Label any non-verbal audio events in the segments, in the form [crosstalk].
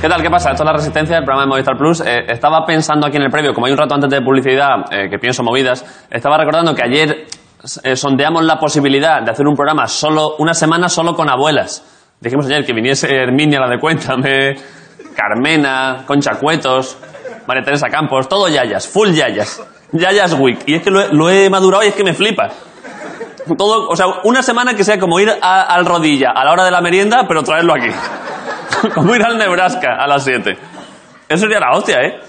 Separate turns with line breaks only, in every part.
¿Qué tal? ¿Qué pasa? Esto es La Resistencia, el programa de Movistar Plus. Eh, estaba pensando aquí en el previo, como hay un rato antes de publicidad eh, que pienso movidas, estaba recordando que ayer eh, sondeamos la posibilidad de hacer un programa solo, una semana solo con abuelas. Dijimos ayer que viniese Herminia, la de Cuéntame, Carmena, Concha Cuetos, María Teresa Campos, todo yayas, full yayas, yayas week. Y es que lo he, lo he madurado y es que me flipa. Todo, o sea, una semana que sea como ir a- al rodilla a la hora de la merienda, pero traerlo aquí. [laughs] como ir al Nebraska a las 7. Eso sería la hostia, ¿eh?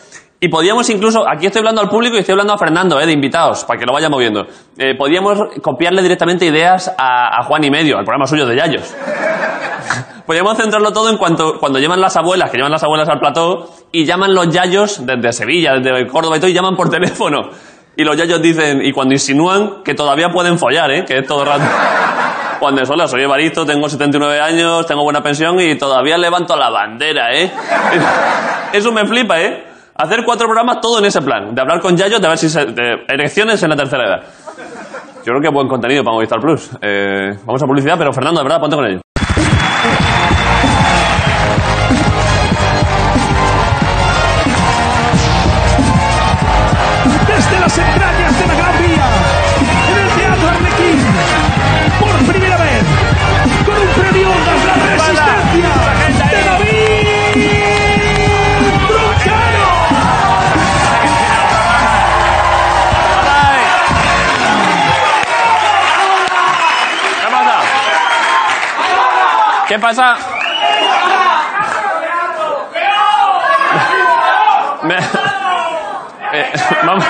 Y podíamos incluso, aquí estoy hablando al público y estoy hablando a Fernando, ¿eh? de invitados, para que lo vaya moviendo. Eh, podíamos copiarle directamente ideas a, a Juan y Medio, al programa suyo de Yayos. [laughs] Podríamos centrarlo todo en cuanto cuando llevan las abuelas, que llevan las abuelas al plató, y llaman los yayos desde Sevilla, desde Córdoba y todo, y llaman por [laughs] teléfono. Y los yayos dicen, y cuando insinúan que todavía pueden follar, ¿eh? que es todo el rato. Juan de Sola, soy Evaristo, tengo 79 años, tengo buena pensión y todavía levanto la bandera, ¿eh? [laughs] Eso me flipa, ¿eh? Hacer cuatro programas todo en ese plan, de hablar con yayos, de ver si se, de erecciones en la tercera edad. Yo creo que buen contenido para Movistar Plus. Eh, vamos a publicidad, pero Fernando, de verdad, ponte con ello.
desde las entrañas de la Gran Vía, en el Teatro Arlequín, por primera vez, con un premio de la resistencia de David Broncano.
¿Qué pasa? ¿Qué pasa? Me- Eh, vamos.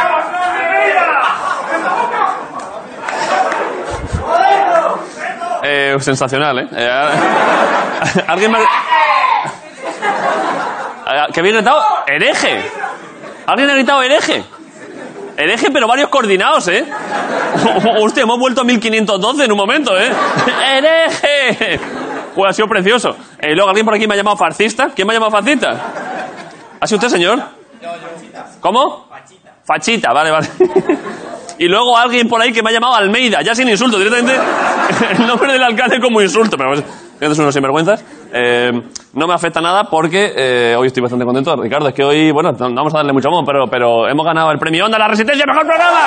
Eh, sensacional, ¿eh? Eh, ahora- [laughs] ¿Alguien me... Ah, ¿Qué bien gritado? ¡Hereje! ¿Alguien ha gritado hereje? Hereje, pero varios coordinados, ¿eh? [laughs] Hostia, hemos vuelto a 1512 en un momento, ¿eh? [laughs] ¡Hereje! Pues ha sido precioso. Eh, luego, ¿alguien por aquí me ha llamado fascista? ¿Quién me ha llamado fascista? ¿Ha sido usted, señor? ¿Cómo? Fachita. Fachita, vale, vale. Y luego alguien por ahí que me ha llamado Almeida, ya sin insulto, directamente [laughs] el nombre del alcalde como insulto, pero pues, estos son unos sinvergüenzas. Eh, no me afecta nada porque eh, hoy estoy bastante contento. Ricardo, es que hoy, bueno, no no vamos a darle mucho amor, pero, pero hemos ganado el premio Onda La Resistencia, mejor programa.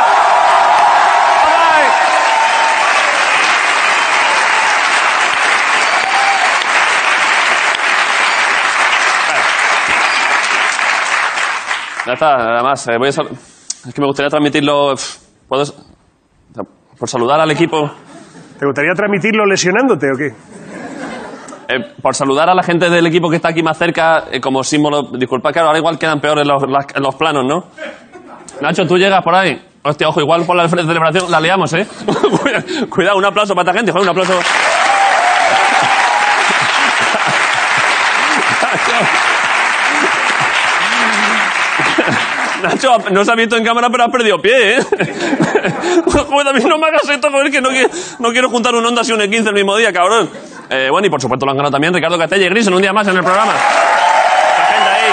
¡Ay! Ya está, nada más. eh, voy a sal- Es que me gustaría transmitirlo. pf, ¿Puedo? s- o sea, Por saludar al equipo.
¿Te gustaría transmitirlo lesionándote o qué?
Eh, por saludar a la gente del equipo que está aquí más cerca, eh, como símbolo. Disculpa, claro, ahora igual quedan peores los, las- los planos, ¿no? Nacho, tú llegas por ahí. Hostia, ojo, igual por la fre- celebración la liamos, ¿eh? [laughs] Cuidado, un aplauso para esta gente, joder, un aplauso. Nacho, Nacho, no se ha visto en cámara, pero has perdido pie, ¿eh? [laughs] Joder, a mí no me hagas esto, joder, que no, qui- no quiero juntar un Honda y un E15 el mismo día, cabrón. Eh, bueno, y por supuesto lo han ganado también Ricardo Castella y Gris en un día más en el programa. La gente ahí.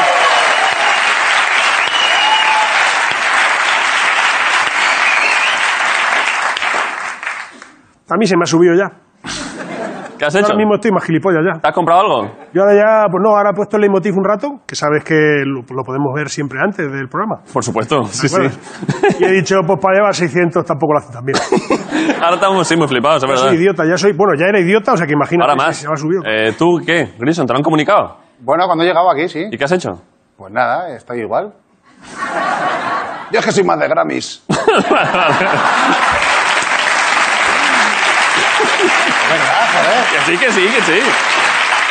A mí se me ha subido ya.
¿Qué has
Yo
hecho?
Ahora mismo estoy más gilipollas ya.
¿Te has comprado algo?
Yo ahora ya, pues no, ahora he puesto el leitmotiv un rato, que sabes que lo, lo podemos ver siempre antes del
[laughs]
programa.
Por supuesto, sí, sí.
¿Recuerdas? Y he dicho, pues para llevar 600 tampoco lo hacen tan
[laughs]
bien.
Ahora estamos sí, muy flipados, es
Yo
verdad.
soy idiota, ya soy. Bueno, ya era idiota, o sea que imagínate
Ahora
si
más.
se me ha subido.
Eh, ¿Tú qué? Grison, ¿te lo han comunicado?
Bueno, cuando he llegado aquí, sí.
¿Y qué has hecho?
Pues nada, estoy igual. Yo es que soy más de Grammys. Es verdad, joder.
Que sí, que sí, que sí.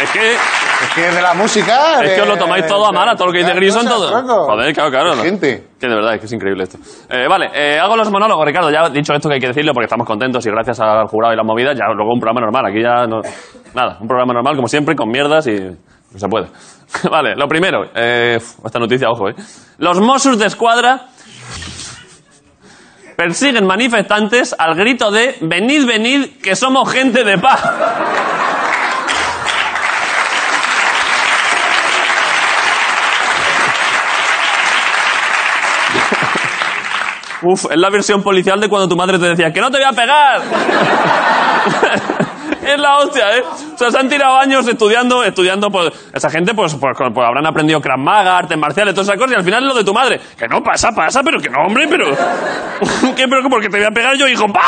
Es que,
Es que es de la música.
es que
de-
os lo tomáis todo a
de-
mala, todo lo que dice
de-
Grison,
no sé,
todo.
loco.
Joder, claro, claro.
Qué Gente.
Que de verdad, es que es increíble esto. Eh, vale, eh, hago los monólogos, Ricardo. Ya he dicho esto que hay que decirlo porque estamos contentos y gracias al jurado y las movidas, ya luego un programa normal. Aquí ya no. Nada, un programa normal, como siempre, con mierdas y. No se puede. [laughs] vale, lo primero, eh, esta noticia, ojo, eh. Los Mossos de Escuadra persiguen manifestantes al grito de venid, venid, que somos gente de paz. Uf, es la versión policial de cuando tu madre te decía que no te voy a pegar. [laughs] es la hostia, ¿eh? O sea, se han tirado años estudiando, estudiando, pues, esa gente, pues, pues, con- pues, habrán aprendido Krav Maga, artes marciales, todas esas cosas, y al final lo de tu madre. Que no, pasa, pasa, pero que no, hombre, pero... [laughs] ¿Qué, pero que porque te voy a pegar yo, hijo? ¡Pa!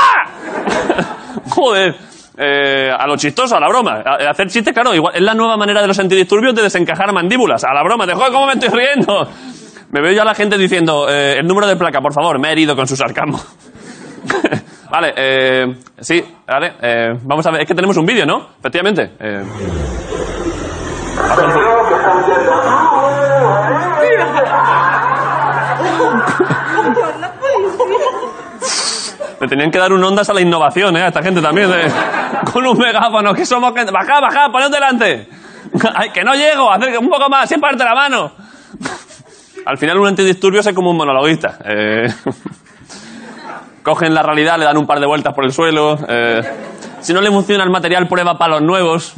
[laughs] Joder. Eh, a lo chistoso, a la broma. A- a hacer chistes, claro, igual, es la nueva manera de los antidisturbios de desencajar mandíbulas. A la broma, de, joder, ¿cómo me estoy riendo? Me veo yo a la gente diciendo, eh, el número de placa, por favor, me ha herido con su sarcasmo. [laughs] vale, eh, sí, vale, eh, vamos a ver, es que tenemos un vídeo, ¿no? Efectivamente. eh. Le tenían que dar un ondas a la innovación, ¿eh? A esta gente también. ¿eh? Con un megáfono, que somos gente. Baja, baja, poned delante. [laughs] Ay, que no llego, hacer un poco más, siempre parte la mano. [laughs] Al final, un antidisturbio es como un monologuista. eh. [laughs] Cogen la realidad, le dan un par de vueltas por el suelo. eh. Si no le funciona el material, prueba palos nuevos.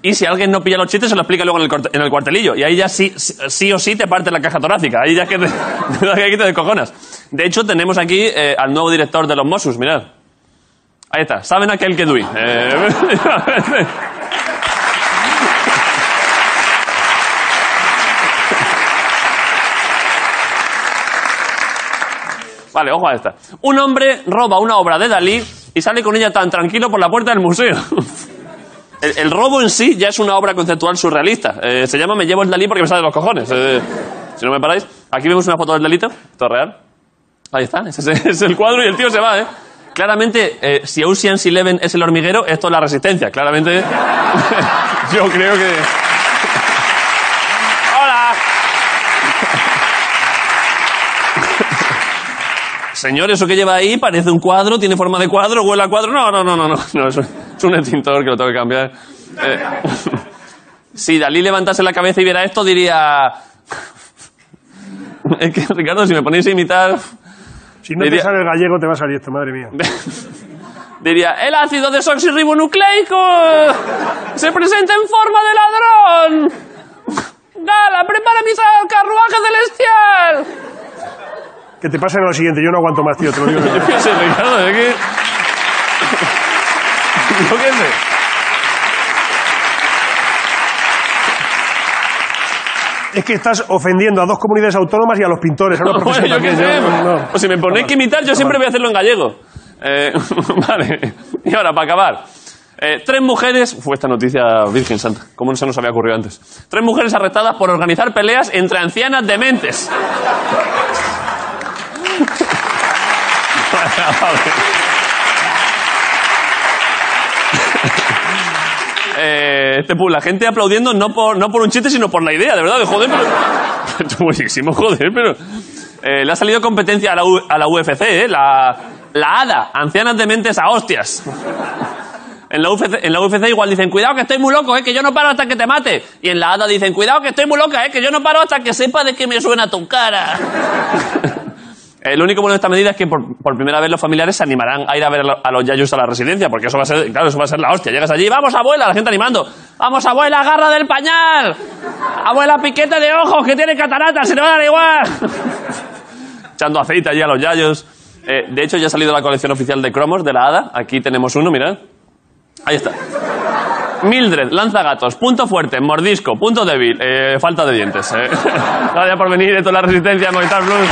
Y si alguien no pilla los chistes, se lo explica luego en el, corte- en el cuartelillo. Y ahí ya sí, sí- sí o sí te parte la caja torácica. Ahí ya es que te, [laughs] ahí te descojonas. De hecho, tenemos aquí eh, al nuevo director de los Mossus, mirad. Ahí está, saben aquel que Dui. Eh, [laughs] Vale, ojo a esta. Un hombre roba una obra de Dalí y sale con ella tan tranquilo por la puerta del museo. [laughs] El, el robo en sí ya es una obra conceptual surrealista. Eh, se llama Me llevo el Dalí porque me sale de los cojones. Eh, si no me paráis. Aquí vemos una foto del delito. Esto es real. Ahí está. Ese es, [laughs] es el cuadro y el tío se va, ¿eh? Claramente, eh, si Ocean's Eleven es el hormiguero, esto es la resistencia. Claramente. [laughs] yo creo que. [laughs] ¡Hola! Señor, eso que lleva ahí parece un cuadro, tiene forma de cuadro, huele a cuadro. No, no, no, [laughs] no, no, no, es un, es un extintor que lo tengo que cambiar. Eh, [laughs] si Dalí levantase la cabeza y viera esto, diría. [laughs] Es que, Ricardo, si me ponéis a imitar.
Si no
Diría-
te sale el gallego, te va a salir esto, madre
[laughs]
mía.
Diría, el ácido desoxirribonucleico se presenta en forma de ladrón. Gala, prepara mi sa- carruaje celestial. [laughs]
Que te pasen a lo siguiente, yo no aguanto más, tío, te lo digo.
[laughs] Yo qué sé, Ricardo, es que... [laughs] Yo qué sé.
es que estás ofendiendo a dos comunidades autónomas y a los pintores, a una
[laughs] Bueno,
profesión
yo qué
también,
sé.
yo- no.
Pues si me ponéis que imitar, yo siempre voy a hacerlo en gallego. Eh, [laughs] vale. Y ahora, para acabar. Eh, tres mujeres. Fue esta noticia, Virgen Santa. ¿Cómo no se nos había ocurrido antes? Tres mujeres arrestadas por organizar peleas entre ancianas dementes. [laughs] Eh, este pu- la gente aplaudiendo no por, no por un chiste, sino por la idea, de verdad, de joder, pero. [laughs] Esto es buenísimo, joder, pero. Eh, le ha salido competencia a la, U- a la UFC, ¿eh? La, la hada, ancianas de mentes a hostias. En la, UFC, en la UFC igual dicen, cuidado que estoy muy loco, ¿eh? que yo no paro hasta que te mate. Y en la hada dicen, cuidado que estoy muy loca, ¿eh? que yo no paro hasta que sepa de qué me suena tu cara. Eh, Lo único bueno de esta medida es que por, por primera vez los familiares se animarán a ir a ver a, lo- a los yayos a la residencia, porque eso va a ser, claro, eso va a ser la hostia. Llegas allí, vamos abuela, la gente animando. Vamos abuela, agarra del pañal. Abuela, piquete de ojos, que tiene cataratas, se le va a dar igual. [laughs] Echando aceite allí a los yayos. Eh, de hecho, ya ha salido la colección oficial de cromos de la hada. Aquí tenemos uno, mirad. Ahí está. Mildred, lanzagatos, punto fuerte, mordisco, punto débil, eh, falta de dientes. eh. [laughs] Gracias por venir, esto es la resistencia, Movistar Plus.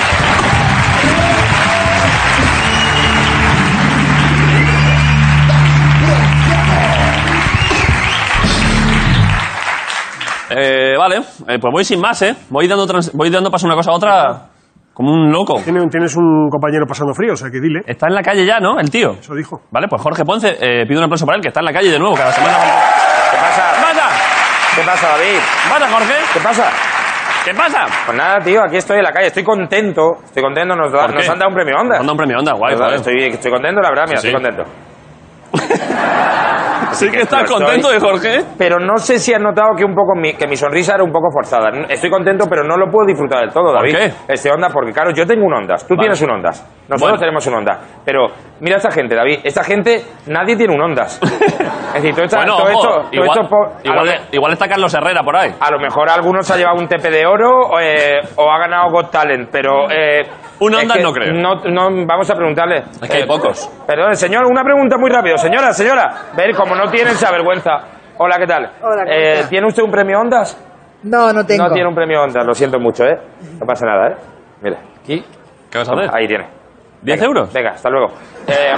Eh, vale, eh, pues voy sin más, ¿eh? Voy dando, trans- voy dando paso una cosa a otra como un loco.
Tiene- Tienes un compañero pasando frío, o sea que dile,
Está en la calle ya, ¿no? El tío.
eso dijo.
Eh, Vale, pues Jorge Ponce, eh, pido un aplauso para él, que está en la calle de nuevo cada semana.
¿Qué
¿Qué
pasa?
pasa?
¿Qué pasa, David?
¿Qué pasa, Jorge?
¿Qué pasa?
¿Qué pasa?
Pues nada, tío, aquí estoy en la calle. Estoy contento. Estoy contento. Nos, da-
¿Por qué?
nos han dado un premio Onda.
Nos han dado un premio Onda, guay, joder.
estoy, estoy contento, la verdad. Mira,
Sí,
estoy
sí.
contento.
Sí que estás
Yo estoy-
contento de Jorge.
Pero no sé si has notado que un poco mi, que mi sonrisa era un poco forzada. N- Estoy contento, pero no lo puedo disfrutar del todo, David.
qué?
Este Onda, porque claro, yo tengo un Ondas. Tú
Vale.
tienes un Ondas. Nosotros
Bueno.
tenemos un Onda. Pero mira esta gente, David. Esta gente, nadie tiene un
[laughs]
Ondas. es decir, todo, esta-
Bueno,
todo
ojo,
esto... todo
igual,
esto po- a lo
igual-
que-
igual está Carlos Herrera por ahí.
A lo mejor algunos ha llevado un TP de oro eh, o ha ganado Got Talent, pero eh,
Un
Es
Honda
que
no creo.
no- vamos a preguntarle.
Es que hay pocos.
Perdón, señor, una pregunta muy rápido. Señora, señora. Ver, como no tienen, se avergüenza. Hola, ¿qué tal?
Hola, ¿qué
Eh,
tal?
¿Tiene usted un premio Ondas?
No, no tengo.
No tiene un premio Ondas, lo siento mucho, ¿eh? No pasa nada, ¿eh? Mira, aquí.
¿Qué vas a hacer?
Ahí tiene.
¿10 euros?
Venga, hasta luego. Eh,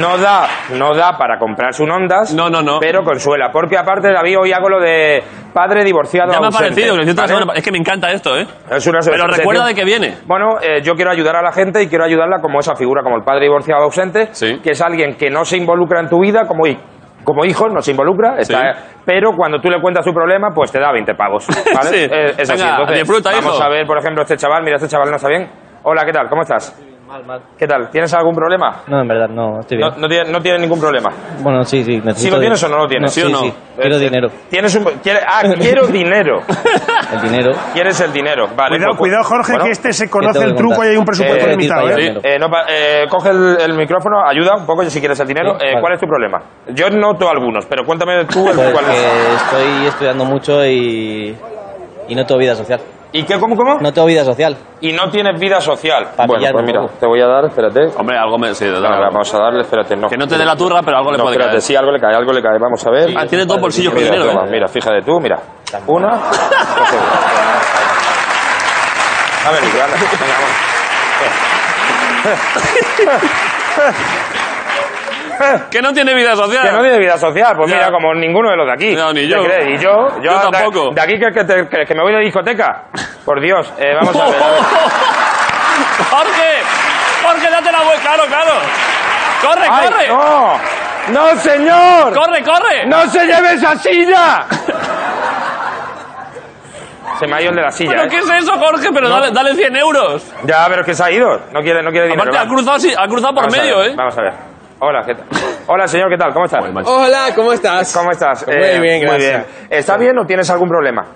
No da, no da para comprarse un Ondas.
No, no, no.
Pero consuela. Porque aparte, David, hoy hago lo de padre divorciado
Ya me ha
ausente,
parecido. que lo hiciste la
¿vale?
semana pa- Es que me encanta esto, ¿eh?
Es una
Pero
sensación.
recuerda de que viene.
Bueno, eh, yo quiero ayudar a la gente y quiero ayudarla como esa figura, como el padre divorciado ausente,
Sí.
que es alguien que no se involucra en tu vida como, hi- como hijo, no se involucra, está-
Sí.
pero cuando tú le cuentas tu problema, pues te da
[laughs]
20 pavos. ¿vale?
Sí.
Eh, es así.
Venga,
Entonces,
disfruta,
vamos
hijo.
a ver, por ejemplo, este chaval, mira, este chaval no está bien. Hola, ¿qué tal? ¿Cómo estás?
Mal, mal.
¿Qué tal? ¿Tienes algún problema?
No, en verdad, no, estoy bien.
No, no tiene, no tiene ningún problema.
Bueno, sí, sí. necesito
¿Sí lo tienes o
dinero.
no lo tienes?
¿Sí o no?
Quiero
Eh, [laughs]
dinero.
¿Tienes un, quiere-
[laughs]
ah, quiero dinero.
El dinero.
Quieres el dinero. Vale,
Cuidado,
pues-
cuidado, Jorge,
bueno.
que este se
tengo
conoce
que
el truco y
contar?
hay un presupuesto
Eh,
limitado,
sí,
¿eh?
Pero-
Eh, no, pa- eh, coge el, el micrófono, ayuda un poco si quieres el dinero.
Sí,
Eh,
vale. Pues
¿Cuál es tu problema? Yo noto algunos, pero cuéntame tú el
Porque
cuál es.
estoy estudiando mucho y. Y no tengo vida social.
¿Y qué, cómo, cómo?
No tengo vida social.
Y no tienes vida social.
Para
bueno,
pillar
pues
un
mira,
poco.
te voy a dar, espérate.
Hombre, algo me. Sí, de
Dale, dale,
algo.
vamos a darle, espérate, no.
Que no te dé la turra, pero algo le
No,
puede
espérate,
caer.
sí, algo le cae, algo le cae. Vamos a ver.
Ah, tiene dos bolsillos con
mira,
dinero,
toma,
¿eh?
mira, fíjate tú, mira. Una. dos euros. [laughs] a ver, Nico, dale, venga, vamos.
Que no tiene vida social.
Que no tiene vida social, pues
Ya.
mira, como ninguno de los de aquí.
No, ni
¿Te
yo.
crees? Y yo,
Yo
de-
tampoco.
De, aquí que, que te- que- que me voy de discoteca. Por Dios, Eh,
[laughs]
vamos a ver. a ver.
[laughs] ¡Jorge! ¡Jorge, date la vuelta! ¡Claro, claro! ¡Corre,
¡Ay,
corre!
no! ¡No, señor!
¡Corre, corre!
¡No se lleve
[laughs]
esa silla! se me ha ido el de la silla.
¿Pero
¿eh?
qué es eso, Jorge? Pero dale, dale 100 euros.
Ya, pero es que se ha ido. No quiere, no quiere dinero.
Aparte,
va.
ha cruzado, sí, ha cruzado por
Vamos a
medio,
ver,
¿eh?
Vamos a ver. Hola, ¿qué tal? Hola, señor, ¿qué tal? ¿Cómo estás?
Joder, macho.
Hola, ¿cómo estás?
¿Cómo estás?
Pues
Eh,
Muy bien, gracias.
Muy bien. ¿Estás bien o tienes algún problema?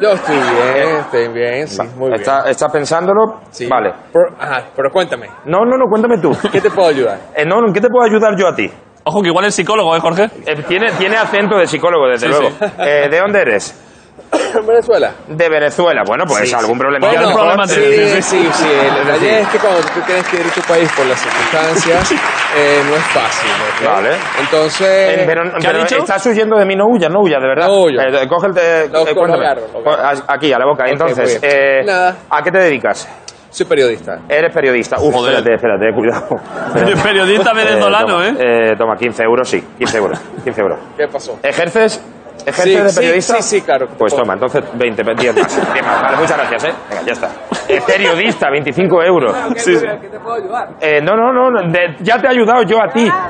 Yo estoy bien, estoy bien, sí, muy bien.
¿Estás estás pensándolo?
Sí.
Vale.
Pero, ajá, pero cuéntame,
No, no, no, cuéntame tú.
¿qué te puedo ayudar?
Eh, no, ¿en qué te puedo ayudar yo a ti?
Ojo, que igual es psicólogo, ¿eh,
[laughs]
Jorge?
Eh, tiene, tiene acento de psicólogo,
Sí,
desde luego.
sí.
[laughs] Eh, ¿De dónde eres?
Venezuela.
De Venezuela. Bueno, pues
Sí,
algún
sí.
problema.
Bueno,
¿Algún
problema
Sí,
Sí, sí,
sí, sí, El detalle es que cuando tú tienes que ir a tu país por las circunstancias, eh, no es fácil, ¿ok?
Vale.
Entonces...
Eh, pero
¿Qué ha
pero
dicho?
estás huyendo de mí, no huyas, no huyas, de verdad.
No huyo.
Eh, coge el te-
No,
eh,
lo
cuéntame.
agarro, lo agarro.
Co- Aquí, a la boca. Entonces,
muy bien.
eh,
Nada.
¿a qué te dedicas?
Soy periodista.
Eres periodista. Uf,
Joder.
espérate, espérate,
[laughs]
cuidado.
Periodista venezolano, ¿eh?
toma, Toma, 15 euros, sí. 15 euros. 15 euros.
¿Qué pasó?
¿Ejerces? ¿Ejerces
Sí,
de
sí,
periodista?
sí, sí, claro.
Pues toma, entonces 20, 10 más. 10 más. Vale, muchas gracias, ¿eh? Venga, ya está. Eh, periodista, 25 euros.
Sí. ¿Qué te puedo ayudar?
Eh, no, no, no, no, de- ya te he ayudado yo a ti. Ah,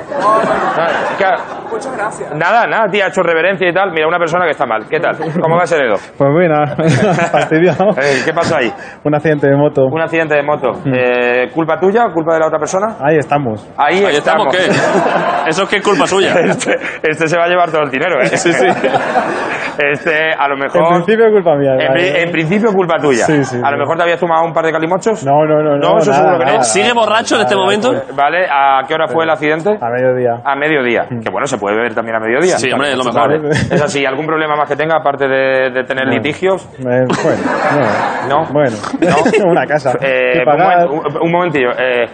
que-
Muchas gracias.
Nada, nada, tío, ha hecho reverencia y tal. Mira, una persona que está mal. ¿Qué tal? ¿Cómo va ese dedo?
Pues mira,
[laughs]
fastidiado.
Eh, ¿Qué pasó ahí?
Un accidente de moto.
Un accidente de moto. Eh, ¿Culpa tuya o culpa de la otra persona?
Ahí estamos.
Ahí,
Ahí estamos, ¿qué? Eso es que es culpa suya.
[laughs] Este, este se va a llevar todo el dinero, ¿eh? Sí, sí. [laughs] Este, a lo
En
mejor.
principio es culpa mía. ¿eh?
En,
vale.
pri- en principio, culpa tuya.
Sí, sí,
a lo
sí.
mejor te habías tomado un par de calimochos.
No, no, no.
No,
No,
eso
nada,
seguro que no.
nada,
¿Eh? ¿Sigue
nada.
borracho en este
Nada,
momento?
nada. Eh,
¿Vale? ¿A qué hora fue el accidente?
A Mm. mediodía.
A mediodía. Que bueno, se puede beber también a mediodía.
Sí, hombre, es lo
Vale.
mejor.
Es así, ¿algún problema más que tenga aparte de, de tener litigios?
Eh, bueno,
No.
no. Bueno, [laughs] una casa.
Eh,
que
un,
pagar.
momen- un- un momentillo. Eh,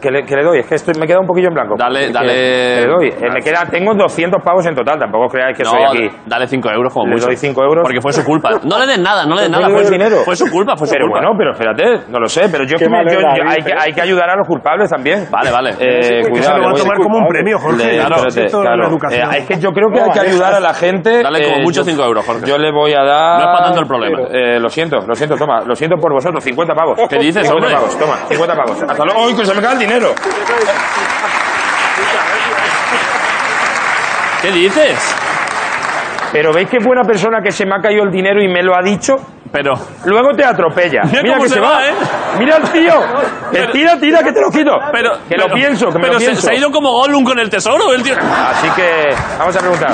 ¿qué, le, qué le doy? Es que estoy, me queda un poquillo en blanco.
Dale,
¿Qué-
dale.
qué le doy? Eh, me queda, tengo 200 pavos en total, tampoco creáis que
No,
soy aquí.
dale 5 euros como
Le
mucho.
doy cinco euros.
Porque fue su culpa. No le des nada, no le des nada.
Tengo
Fue su,
el dinero.
fue su culpa, fue su
pero
culpa.
bueno, pero espérate, no lo sé, pero yo, es
Qué
que me-
malo
yo-
era,
yo- hay,
¿eh?
que, hay que ayudar a los culpables también.
Vale, vale.
Eh,
Eso
cuidado,
lo van
le
a
voy-
tomar como un premio, Jorge.
Le-
Claro,
espérate,
esto es
claro.
la educación.
Eh, es que yo creo que hay que ayudar a la gente.
Dale como
eh,
mucho
yo-
cinco euros, Jorge.
Yo le voy a dar.
No es para tanto el problema.
Eh, lo siento, lo siento, toma. Lo siento por vosotros, 50 pavos.
¿Qué dices,
50
hombre?
pavos, toma, 50 pavos. Hasta luego. ¡Uy, que se me cae el dinero!
¿Qué dices?
Pero veis qué buena persona que se me ha caído el dinero y me lo ha dicho.
Pero.
Luego te atropella.
Mira cómo
que
se va, ¿eh?
Mira el tío. Que tira, tira, que te lo quito.
pero
que lo
pero-
pienso, que me
pero
lo
se-
pienso.
Se, ha ido como Gollum con el tesoro, el tío.
Así que vamos a preguntar.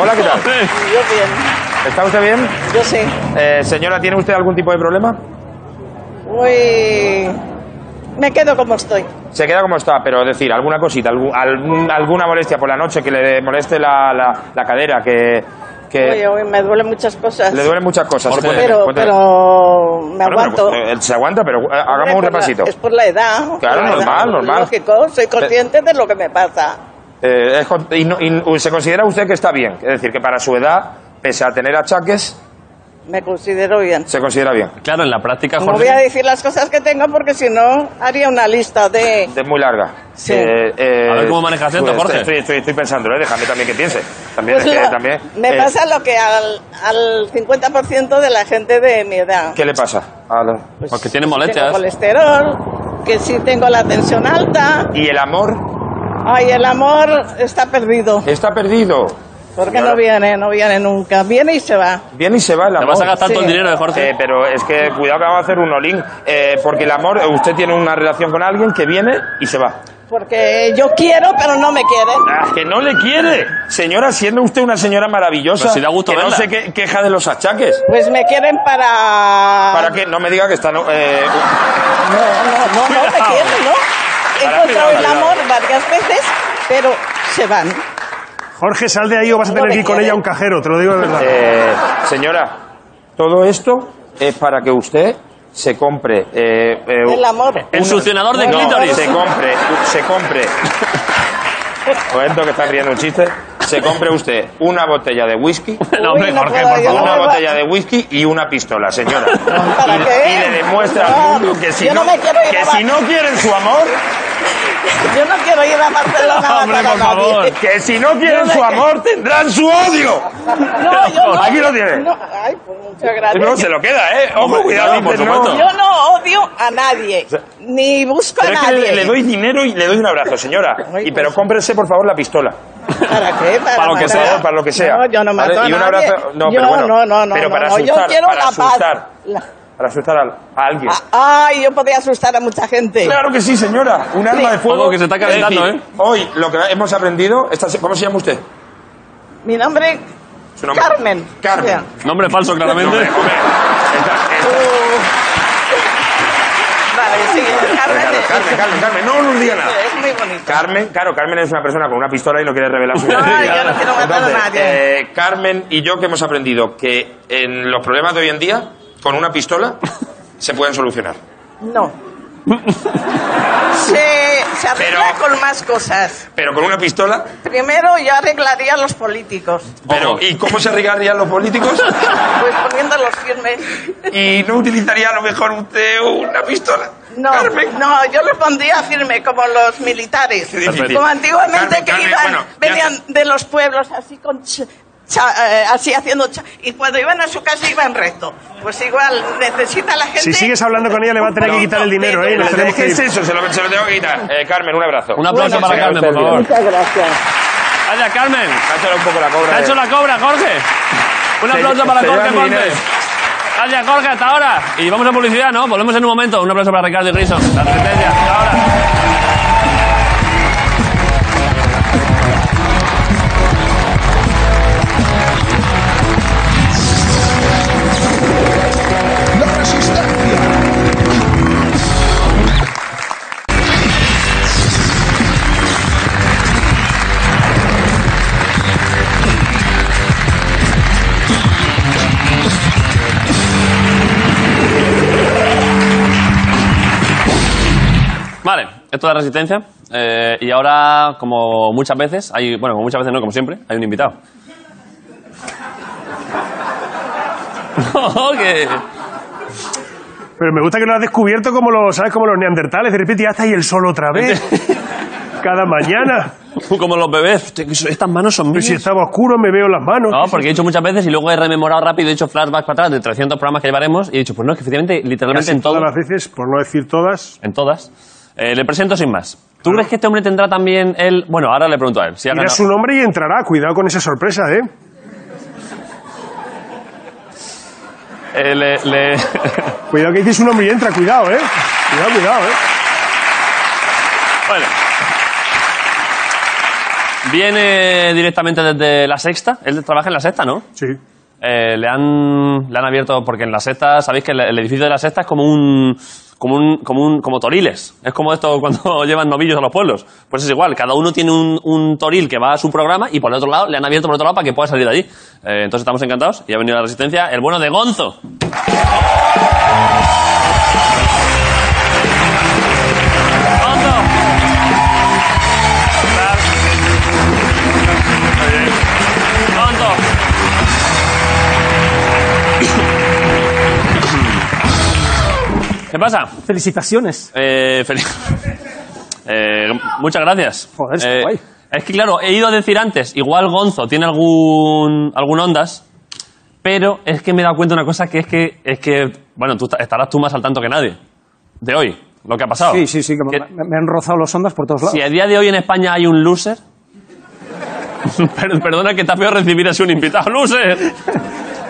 Hola, ¿qué
[laughs]
tal?
Joder.
Yo bien.
¿Está usted bien?
Yo sé.
Eh, señora, ¿tiene usted algún tipo de problema?
Uy. Me quedo como estoy.
Se queda como está, pero decir, alguna cosita, algún- algún- alguna molestia por la noche, que le moleste la, la- la cadera, que, que
Oye, oye, me duelen muchas cosas.
le duelen muchas cosas.
Porque-
Cuéntale,
pero,
cuéntale.
pero me
Bueno, pero,
aguanto.
eh, se aguanta, pero eh, hagamos un
Hombre, por la-
repasito.
es por la edad.
Claro,
por la
normal,
edad,
normal.
Lógico, soy consciente de lo que me pasa.
Eh, es con- y, no- y se considera usted que está bien, es decir, que para su edad, pese a tener achaques,
Me considero bien.
se considera bien.
Claro, en la práctica,
No voy a
Jorge.
decir las cosas que tengo porque si no haría una lista de...
Es muy larga.
Sí.
eh,
A ver cómo manejas esto,
pues,
Jorge.
Estoy, estoy, estoy pensando, ¿eh? déjame también que piense. También, es que, también,
Pues me
eh,
pasa lo que al, al 50% de la gente de mi edad.
¿Qué le pasa? A la-
Pues,
Porque tiene
sí
molestias.
Tengo colesterol, que sí tengo la tensión alta.
¿Y el amor
Ay, el amor está perdido.
está perdido?
Porque
Señora.
no viene, no viene nunca. Viene y se va.
Viene y se va el
Te
amor.
vas a gastar todo el
Sí.
dinero de Jorge.
Eh, pero es que cuidado que vamos a hacer un olín, eh, porque el amor, eh, usted tiene una relación con alguien que viene y se va.
Porque yo quiero, pero no me quiere.
Ah, que no le quiere. Señora, siendo usted una señora maravillosa,
Pero si da gusto
que
verla.
no se que- queja de los achaques.
Pues me quieren para...
Para que no me diga que está... no, eh,
No, no, no, no me quieren, ¿no? He
Para
encontrado
cuidado,
el
cuidado.
amor varias veces, pero se van.
Jorge, sal de ahí o vas a
No
tener
me
que ir con
quiere.
ella a un cajero, te lo digo de verdad.
eh, señora, todo esto es para que usted se compre... eh, eh,
El amor.
El succionador de
No,
clítoris.
Se compre, se
[laughs]
compre. Momento que está riendo un chiste. Se compre usted una botella de whisky,
No,
Uy,
hombre,
no
Jorge,
puedo,
por
yo
favor.
no
una
me va-
botella de whisky y una pistola, señora.
[laughs] ¿Para
y,
qué?
y le demuestra
No,
al mundo que si
yo
no,
no me quiero ir
que
a
si no
Bar-
quieren su amor,
[laughs] Yo no quiero
[laughs]
ir a Barcelona a
Hombre,
matar a
por
nadie.
favor.
que si no quieren su amor tendrán su odio. [laughs]
No, yo no.
Aquí lo tiene.
No, ay, pues muchas gracias.
No se lo queda, eh. Ojo,
Hombre,
cuidado,
no, por
dice,
supuesto.
no.
Yo no odio a nadie, ni busco a
Pero es que
nadie.
le, le doy dinero y le doy un abrazo, señora.
Ay,
Y pero
pues.
cómprese por favor la pistola.
¿Para qué? Para,
Para lo que
matar a-
sea, para lo que sea.
No, yo no
Vale,
mato
y un
a nadie.
abrazo- no,
yo,
pero bueno,
no, no, no,
pero para
no,
asustar,
yo quiero
para
la
asustar.
paz. La-
Para asustar al- a, alguien.
Ah, Ay, yo podría asustar a mucha gente.
Claro que sí, señora. Un arma de fuego.
Ojo, que se está calentando, ¿eh?
Es decir, Hoy lo que hemos aprendido. esta se- ¿Cómo se llama usted?
Mi nombre,
Su nombre.
Carmen.
Carmen.
O sea,
Nombre
[laughs]
falso, claramente.
Hombre, hombre, esta- esta-
Uh. vale, sí, Carmen.
Carmen,
es-
Carmen, Carmen, Carmen, no nos diga nada.
Es muy bonito.
Carmen, claro, Carmen es una persona con una pistola y no quiere revelar su
No, yo no quiero matar a
Entonces,
nadie.
eh, Carmen y yo que hemos aprendido que en los problemas de hoy en día, con una pistola, se pueden solucionar. [laughs]
No. se, se arregla
Pero-
con más cosas.
Pero con una pistola,
Primero yo arreglaría a los políticos,
pero
Ojo.
¿y cómo se arreglarían los
[laughs]
políticos?
pues poniéndolos firmes.
y no utilizaría a lo mejor usted una pistola.
No,
Carmen.
no, yo los pondría firme como los militares.
Qué difícil.
Como antiguamente
Carmen,
que
Carmen,
iban,
bueno, ya
venían
está.
de los pueblos así con ch- cha- eh, así haciendo cha- y cuando iban a su casa iban recto. Pues igual necesita la gente.
Si sigues hablando con ella, le va a tener que quitar el dinero, ¿eh? Nos tenemos
¿Qué
que ir.
es eso? Se lo, se lo tengo que quitar. Eh, Carmen, un abrazo.
Un aplauso
Bueno,
para
señor,
Carmen, por
usted,
favor.
mira.
Muchas gracias.
Vaya, Carmen.
Cáchale un poco la cobra.
Te ha
eh.
hecho la cobra, Jorge. Un
Se-
aplauso para
se lleva
Jorge
mi dinero.
Ponte. Gracias, Jorge, hasta ahora. Y vamos a publicidad, ¿no? Volvemos en un momento. Un aplauso para Ricardo y Grison. La resistencia, hasta ahora. Vale, esto de resistencia. Eh, y ahora, como muchas veces, hay, bueno, como muchas veces no, como siempre, hay un invitado. [laughs] No, que-
Pero me gusta que lo has descubierto como los, ¿sabes? Como los neandertales. De repente ya está ahí el sol otra
[laughs]
vez. Cada mañana.
como los bebés. Hostia, que so- Estas manos son
Pero
mías.
si estaba oscuro, me veo las manos.
No, porque he dicho muchas veces y luego he rememorado rápido, he hecho flashbacks para atrás de 300 programas que llevaremos y he dicho, pues no, es que efectivamente, literalmente
Casi
en todo,
todas las veces, por no decir todas.
en todas. Eh, le presento sin más. ¿Tú crees que este hombre tendrá también el...? Bueno, ahora le pregunto a él. Si ha
Dirá
ganado.
su nombre y entrará. Cuidado con esa sorpresa, ¿eh?
Eh, le- le- [laughs]
Cuidado que dice su nombre y entra. Cuidado, ¿eh? Cuidado, cuidado, ¿eh?
Bueno. Viene directamente desde la sexta. Él trabaja en la sexta, ¿no?
Sí.
eh, le, han, le han abierto, porque en la sexta, sabéis que el, el edificio de la sexta es como un, como un, como un, como toriles. Es como esto [laughs] cuando llevan novillos a los pueblos. Pues es igual, cada uno tiene un, un toril que va a su programa y por el otro lado, le han abierto por el otro lado para que pueda salir de allí. Eh, entonces estamos encantados y ha venido a la resistencia el bueno de Gonzo. Gonzo. Gonzo. ¿Qué pasa?
Felicitaciones.
Eh, feliz. [laughs] Eh, muchas gracias.
Joder, está
Eh,
guay.
Es que claro, he ido a decir antes, igual Gonzo tiene algún algún ondas, pero es que me he dado cuenta de una cosa que es que es que bueno, tú esta- estarás tú más al tanto que nadie de hoy, lo que ha pasado.
Sí, sí, sí, que
¿Qué-
me, me han rozado los ondas por todos lados.
Si a día de hoy en España hay un loser, [laughs] per- perdona que está peor recibir así un invitado loser.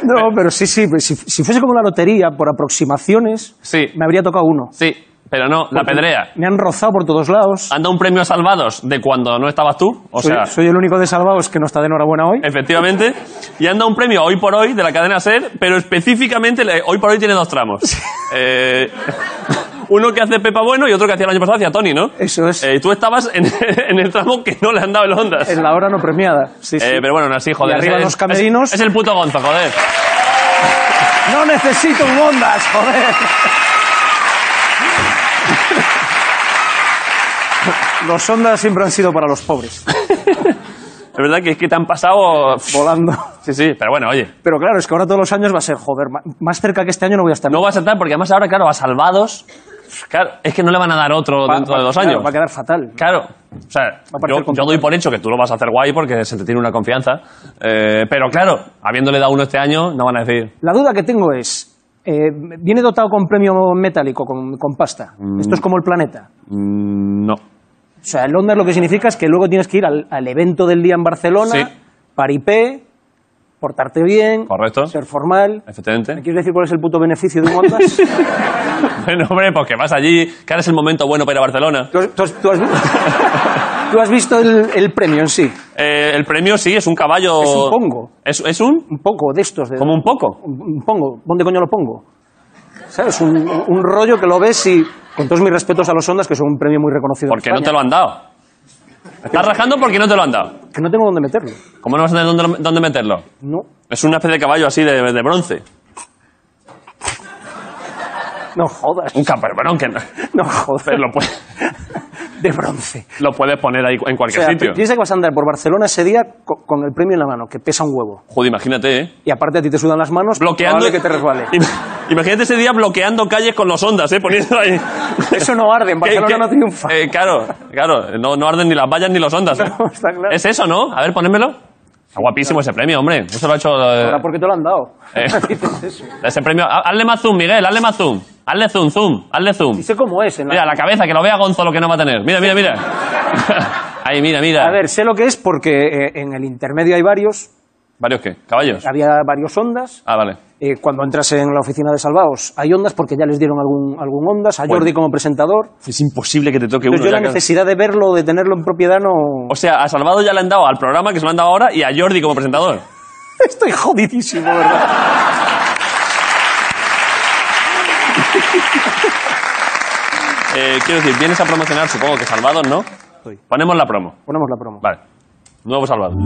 No, pero sí, sí, pues si, si fuese como la lotería, por aproximaciones,
Sí.
me habría tocado uno.
Sí, pero no, la
Porque
pedrea.
Me han rozado por todos lados.
Anda un premio a salvados de cuando no estabas tú, o
soy,
sea, Em-
soy el único de salvados que no está de enhorabuena hoy.
Efectivamente. Y han dado un premio hoy por hoy de la cadena Ser, pero específicamente le- hoy por hoy tiene dos tramos. Eh, uno que hace Pepa Bueno y otro que hacía el año pasado, hacía Tony, ¿no?
Eso es.
Eh, tú estabas en, [laughs] en el tramo que no le han dado el Ondas.
en la hora no premiada. Sí, sí.
Eh, pero bueno, aún así, joder.
Y arriba
es-
los
es-
camerinos.
Es, el puto Gonzo, joder.
No necesito un ondas, joder. Los ondas siempre han sido para los pobres,
Es verdad que es que te han pasado.
volando.
Sí, sí, pero bueno, oye.
Pero claro, es que ahora todos los años va a ser, joder, ma- más cerca que este año no voy a estar.
No vas a estar porque además ahora, claro, a Salvados. Claro, es que no le van a dar otro
Va-
dentro
va-
de dos
claro,
años.
va a quedar fatal.
Claro, o sea,
a parecer
yo, yo
complicado.
doy por hecho que tú lo vas a hacer guay porque se te tiene una confianza. Eh, pero claro, habiéndole dado uno este año, no van a decir.
La duda que tengo es, eh, ¿viene dotado con premio metálico, con, con pasta? Esto es como el planeta.
"Mm, No.
O sea, el ondas lo que significa es que luego tienes que ir al, al evento del día en Barcelona,
Sí.
paripé, portarte bien,
Correcto.
ser formal. ¿Me
Efectivamente.
quieres decir cuál es el puto beneficio de un
[laughs]
ondas?
Bueno, hombre, porque vas allí, que ahora es el momento bueno para ir a Barcelona.
¿Tú, has- tú has- tú has, vi- tú has visto el, el premio en sí?
Eh, el premio sí, es un caballo.
Es un pongo.
Es, es un.
Un poco de estos. De,
como un poco.
un, un pongo. ¿Dónde coño lo pongo? ¿Sabes? Un, un rollo que lo ves y... Con todos mis respetos a los ondas, que son un premio muy reconocido. en
Porque no
España,
te lo han dado. Estás rajando porque no te lo han dado.
Que no tengo dónde meterlo.
¿Cómo no vas a tener dónde, dónde meterlo?
No.
Es una especie de caballo así de, de bronce.
No jodas.
Un caballo, bueno, que no.
No jodas.
Pero lo, puedes,
[laughs] De bronce.
[laughs] lo puedes poner ahí en
O
cualquier
sea,
sitio.
piensa que vas a andar por Barcelona ese día co- con, el premio en la mano, que pesa un huevo.
Joder, imagínate, ¿eh?
Y aparte a ti te sudan las manos, pues
bloqueando.
probable que te resbale.
Im- Imagínate ese día bloqueando calles con los ondas, ¿eh? Poniendo ahí.
[laughs] Eso no arde,
[laughs]
en
¿Qué-
Barcelona
qué?
no triunfa.
Eh, claro, claro. No, no arden ni las vallas ni los ondas. ¿eh?
[laughs] No, está claro.
Es eso, ¿no? A ver, ponémelo. Está guapísimo ese premio, hombre. Eso lo ha hecho. eh,
Ahora, ¿por qué te lo han dado?
eh,
[laughs] Dices eso.
[laughs] ese premio. Ha- Hazle más zoom, Miguel, hazle más zoom. Hazle zoom, zoom, hazle zoom.
Y sé cómo es. En la-
Mira, la cabeza, que lo vea Gonzo lo que no va a tener. Mira, mira,
[laughs]
mira. Ahí, mira, mira.
A ver, sé lo que es porque eh, en el intermedio hay varios,
¿Varios qué? ¿Caballos?
había varios ondas.
Ah, vale.
Eh, cuando entras en la oficina de Salvaos hay ondas porque ya les dieron algún, algún ondas, a Jordi como presentador.
Es imposible que te toque uno.
Entonces yo
ya
la
que-
necesidad de verlo, de tenerlo en propiedad, no...
O sea, a Salvado ya le han dado al programa que se lo han dado ahora y a Jordi como presentador.
[laughs] Estoy jodidísimo, ¿verdad?
[laughs] Eh, quiero decir, vienes a promocionar, supongo que Salvados, ¿no?
Estoy.
Ponemos la promo.
Ponemos la promo.
Vale. Nuevo Salvados.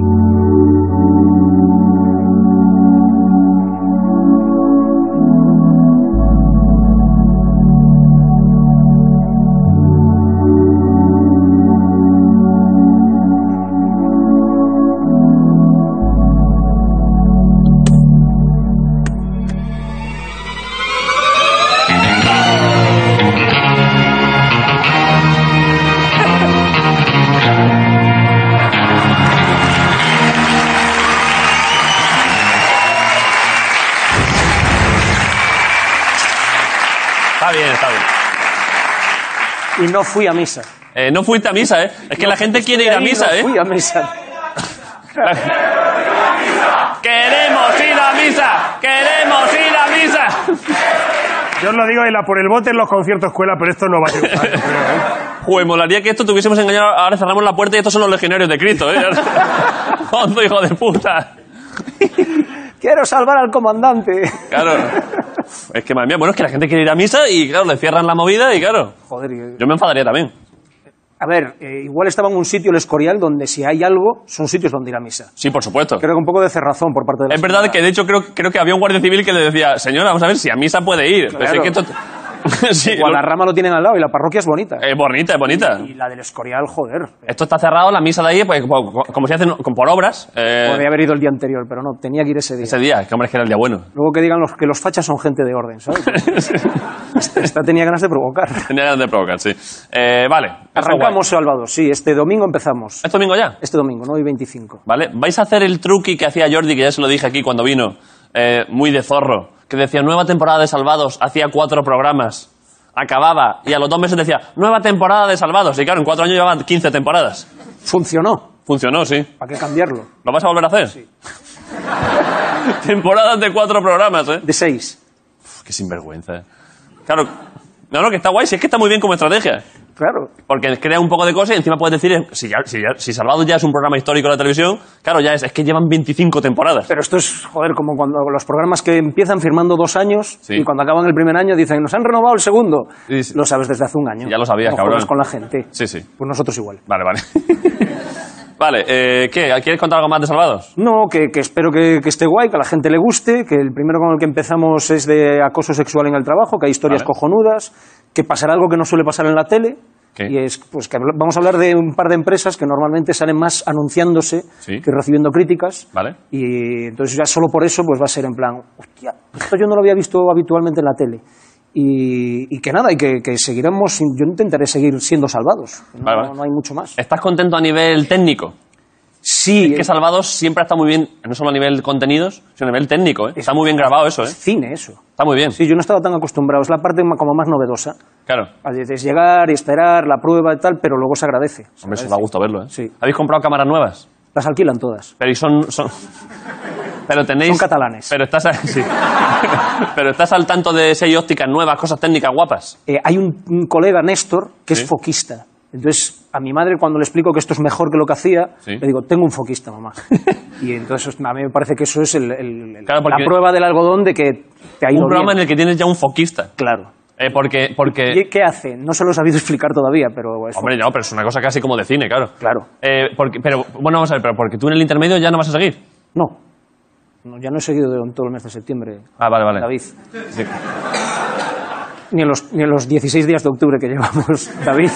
Está bien, está bien.
Y no fui a misa.
Eh, no fuiste a misa, ¿eh? Es que la gente quiere ir a
Ahí
misa,
no
¿eh?
Fui a misa.
¡Queremos ir a misa! ¡Queremos ir a misa!
Yo os lo digo, y la por el bote en los conciertos escuela, pero esto no va a triunfar. yo creo, ¿eh?
Joder, Pues molaría que esto tuviésemos engañado. Ahora cerramos la [laughs] puerta y estos son los legionarios de Cristo, ¿eh? Gonzo, hijo de puta.
[laughs] Quiero salvar al comandante.
Claro. Es que, madre mía, bueno, es que la gente quiere ir a misa y, claro, le cierran la movida y, claro.
Joder, y-
Yo me enfadaría también.
a ver, eh, igual estaba en un sitio, el Escorial, donde si hay algo, son sitios donde ir a misa.
Sí, por supuesto.
Creo que un poco de cerrazón por parte de la
Es verdad
señora.
que, de hecho, creo, creo que había un guardia civil que le decía, señora, vamos a ver si a misa puede ir. Pero si es que esto... [laughs] sí, lo-
Guadarrama lo tienen al lado y la parroquia es bonita.
Es bonita, es bonita.
Y la del Escorial, joder.
Esto está cerrado, la misa de ahí, pues, como, como se hacen con- por obras. eh,
Podría haber ido el día anterior, pero no, tenía que ir ese día.
ese día, que hombre, es que era el día bueno. [laughs]
Luego que digan los, que los fachas son gente de orden, ¿sabes? Esta tenía ganas de provocar.
Tenía ganas de provocar, sí. Eh, vale. Eso es guay.
Arrancamos, Salvador, sí, este domingo empezamos.
¿Es domingo ya?
Este domingo, ¿no? Hoy 25.
¿Vale? ¿Vais a hacer el truqui que hacía Jordi, que ya se lo dije aquí cuando vino, eh, muy de zorro, que decía nueva temporada de Salvados, hacía cuatro programas, acababa, y a los dos meses decía nueva temporada de Salvados, y claro, en cuatro años llevaban 15 temporadas.
Funcionó.
Funcionó, sí.
¿Para qué cambiarlo?
¿Lo vas a volver a hacer? Sí. [laughs] Temporadas de cuatro programas, ¿eh?
De 6.
Uf, qué sinvergüenza. eh. Claro, no, no, que está guay, si es que está muy bien como estrategia.
Claro.
Porque crea un poco de cosas y encima puedes decir, eh, si, ya, si, ya- si Salvados ya es un programa histórico de la televisión, claro, ya es, es que llevan 25 temporadas.
Pero esto es, joder, como cuando los programas que empiezan firmando dos años
Sí.
y cuando acaban el primer año dicen, nos han renovado el segundo.
Sí, sí.
Lo sabes desde hace un año.
Ya lo sabías,
No juegas
cabrón.
con la gente.
Sí, sí.
Pues nosotros igual.
Vale, [laughs] vale. vale, eh, ¿qué? ¿Quieres contar algo más de Salvados?
No, que, que espero que, que esté guay, que a la gente le guste, que el primero con el que empezamos es de acoso sexual en el trabajo, que hay historias
Vale.
cojonudas, que pasará algo que no suele pasar en la tele.
¿Qué?
Y es pues que habl- vamos a hablar de un par de empresas que normalmente salen más anunciándose
Sí.
que recibiendo críticas.
Vale.
Y entonces ya solo por eso pues va a ser en plan, hostia, esto yo no lo había visto habitualmente en la tele. Y, y que nada, y que, que seguiremos, sin- yo intentaré seguir siendo salvados. No,
Vale, vale.
no hay mucho más.
¿Estás contento a nivel técnico?
Sí,
Es que Salvados siempre está muy bien, no solo a nivel contenidos, sino a nivel técnico, ¿eh?
Es-
Está muy bien grabado eso, ¿eh?
es cine eso.
Está muy bien,
Sí, yo no estaba tan acostumbrado. Es la parte ma- como más novedosa.
claro.
A veces llegar y esperar la prueba y tal, pero luego se agradece.
Hombre, eso da gusto verlo, ¿eh?
Sí.
¿Habéis comprado cámaras nuevas?
Las alquilan todas.
Pero y son, [laughs] son- Pero tenéis...
Son catalanes.
Pero estás, a- [laughs] sí. pero estás al tanto de si hay ópticas nuevas, cosas técnicas guapas.
Eh, hay un, un colega, Néstor, que
Sí.
es foquista. Entonces, a mi madre, cuando le explico que esto es mejor que lo que hacía,
Sí.
le digo, tengo un foquista,
[laughs]
mamá. y entonces, a mí me parece que eso es el- el- el-
Claro, porque-
la prueba del algodón de que te ha ido
Un programa
bien.
en el que tienes ya un foquista.
Claro.
Eh, porque... porque...
¿Y qué hace? No se lo he sabido [laughs] explicar todavía, pero es
Hombre, no, pero es una cosa casi como de cine, claro.
Claro.
Eh, porque, pero, bueno, vamos a ver, pero porque tú en el intermedio ya no vas a seguir.
No. No, Ya no he seguido en todo el mes de septiembre,
Ah, vale, vale.
David.
Sí.
Ni en, los, ni en los 16 días de octubre que [laughs] llevamos, David.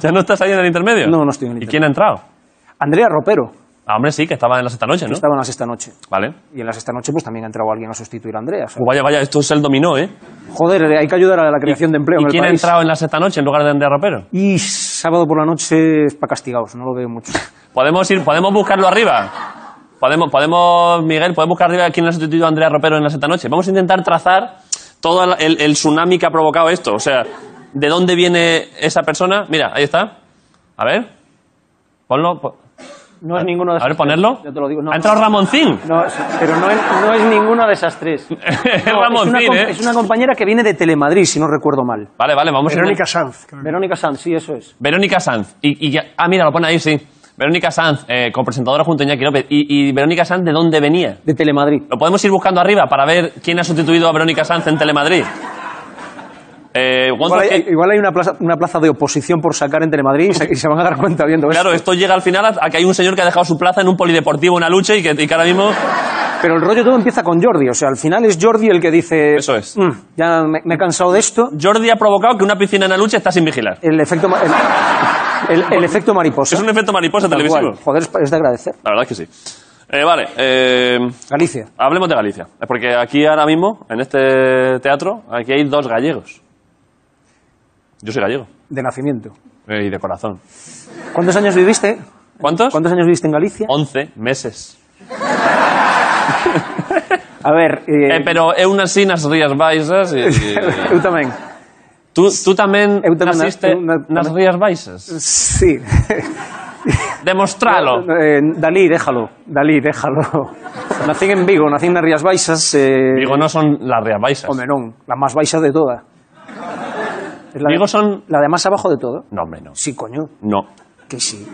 ¿Ya no estás ahí en el intermedio?
No, no estoy en el
¿Y quién ha entrado?
Andrea Ropero,
Ah, hombre, sí, que estaba en las esta noche,
que
¿no?
estaba en las esta noche.
Vale.
Y en las esta noche pues también ha entrado alguien a sustituir a Andrea. o sea,
Pues vaya, vaya, esto es el dominó, ¿eh?
joder, hay que ayudar a la creación de empleo
¿Y
en el
quién ha
país.
entrado en las esta noche en lugar de Andrea Ropero?
Y sábado por la noche es para castigados, no lo veo mucho.
Podemos ir, podemos buscarlo arriba. Podemos, podemos, Miguel, podemos buscar arriba quién ha sustituido a Andrea Ropero en las esta noche. Vamos a intentar trazar todo el, el- el tsunami que ha provocado esto. O sea, ¿de dónde viene esa persona? Mira, ahí está. A ver. Ponlo. po-
No es pues ninguno de
A ver, ponerlo.
Yo te lo digo. No,
Ha entrado Ramoncín.
No, es- pero no es, no es ninguna de esas
[laughs]
tres. No,
es
una,
Ramoncín,
com-
¿eh?
es una compañera que viene de Telemadrid, si no recuerdo mal.
Vale, vale, vamos a
Verónica Sanz. creo que-
Verónica Sanz, sí, eso es.
Verónica Sanz. Y, y ya- ah, mira, lo pone ahí, sí. Verónica Sanz, eh, copresentadora junto a Iñaki López. Y, y Verónica Sanz de dónde venía?
De Telemadrid.
¿Lo podemos ir buscando arriba para ver quién ha sustituido a Verónica Sanz en Telemadrid? Eh, Gonzo,
Igual hay,
¿qué-
igual hay una, plaza, una plaza de oposición por sacar en Telemadrid y se, y se van a dar cuenta viendo
Claro,
eso.
esto llega al final a, a que hay un señor que ha dejado su plaza en un polideportivo, una lucha, y que, y que ahora mismo...
Pero el rollo todo empieza con Jordi. O sea, al final es Jordi el que dice...
Eso es.
"Mm, ya me, me he cansado de esto.
Jordi ha provocado que una piscina en la lucha está sin vigilar.
El efecto, ma- el, el- el efecto mariposa.
Es un efecto mariposa
Tal
televisivo.
cual. Joder, es pa- es de agradecer.
La verdad es que sí. Eh, vale, eh,
Galicia.
hablemos de Galicia. Es Porque aquí ahora mismo, en este teatro, aquí hay dos gallegos. Yo soy gallego.
De nacimiento.
Eh, y de corazón.
¿Cuántos años viviste?
¿Cuántos?
¿Cuántos años viviste en Galicia?
11 meses.
A ver... eh,
Eh, pero eu nací nas Rías Baixas e...
[laughs]
[laughs]
e-
Eu tamén.
tú, tú
Eh,
tamén
Eu tamén na-
naciste
eu na-
nas Rías Baixas.
Sí. [laughs]
Demostralo.
Eh, Dalí, déjalo. Dalí,
[laughs]
déjalo. Nací en Vigo, nací nas Rías Baixas. Eh,
Vigo non son las Rías Baixas.
Hombre, non, la más baixa de toda. Es la
Vigo
de-
son...
La de más abajo de todo.
No, hombre, no.
Sí, coño,
No.
que sí.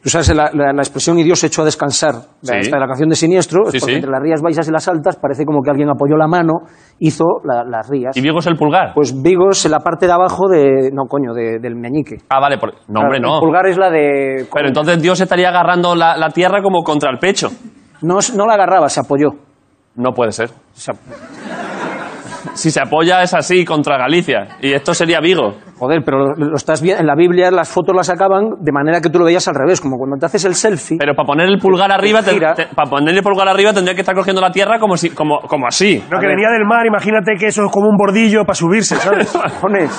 Tú sabes la, la- la expresión y Dios se echó a descansar,
Sí.
la, esta de la canción de Siniestro, es
Sí,
porque
sí.
entre las rías baixas y las altas parece como que alguien apoyó la mano, hizo la- las rías.
¿Y Vigo es el pulgar?
Pues Vigo es la parte de abajo de, no coño, de- del meñique.
Ah, vale, por- no, hombre,
Claro, El
no.
pulgar es la de...
Pero entonces Dios estaría agarrando la, la tierra como contra el pecho.
No, no la agarraba, se apoyó.
No puede ser.
Se ap-
Si se apoya es así contra Galicia. Y esto sería Vigo.
Joder, pero lo, lo estás bien. En la Biblia las fotos las sacaban de manera que tú lo veías al revés, como cuando te haces el selfie.
Pero para poner el pulgar arriba, te-
Pues Gira.
te- para poner el pulgar arriba tendría que estar cogiendo la tierra como si, como, como así.
No, que venía del mar, imagínate que eso es como un bordillo para subirse, [laughs] ¿sabes?
[laughs] Cojones,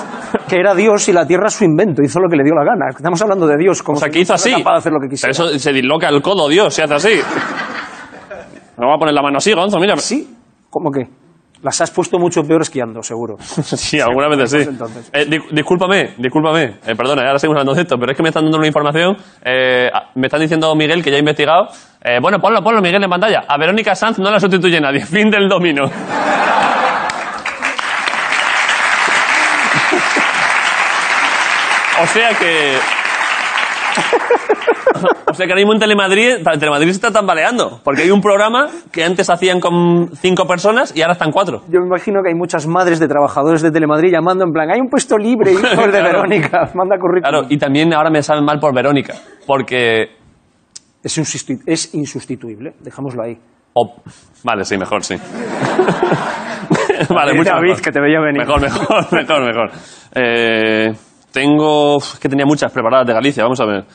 que era Dios y la tierra su invento, hizo lo que le dio la gana. Estamos hablando de Dios, como
O sea,
si
que hizo
fuera
así.
capaz de hacer lo que quisiera.
Pero eso se disloca el codo, Dios, se hace
[laughs]
así. No voy a poner la mano así, Gonzo, mira.
Sí, ¿cómo que? Las has puesto mucho peor esquiando, seguro.
[laughs]
[laughs]
Sí, algunas veces sí.
entonces.
Eh, di- discúlpame, discúlpame. Eh, perdona, ahora seguimos hablando de esto, pero es que me están dando una información. eh, ah, me están diciendo Miguel que ya ha investigado. Eh, bueno, ponlo, ponlo, Miguel, en pantalla. A Verónica Sanz no la sustituye nadie. [laughs] Fin del domino. O sea que. O sea que ahora mismo en Telemadrid, en Telemadrid se está tambaleando. Porque hay un programa que antes hacían con cinco personas y ahora están cuatro.
Yo me imagino que hay muchas madres de trabajadores de Telemadrid llamando en plan, hay un
[laughs]
puesto libre, hijo de
Claro.
Verónica, manda currículum.
Claro, y también ahora me saben mal por Verónica. Porque.
Es, insustitu- es insustituible, dejámoslo ahí.
o- vale, sí, mejor, sí. [laughs] vale,
Vete,
mucho
David,
mejor.
que te veía venir.
Mejor, mejor, [laughs] mejor, mejor. Eh, tengo. Es que tenía muchas preparadas de Galicia, vamos a ver.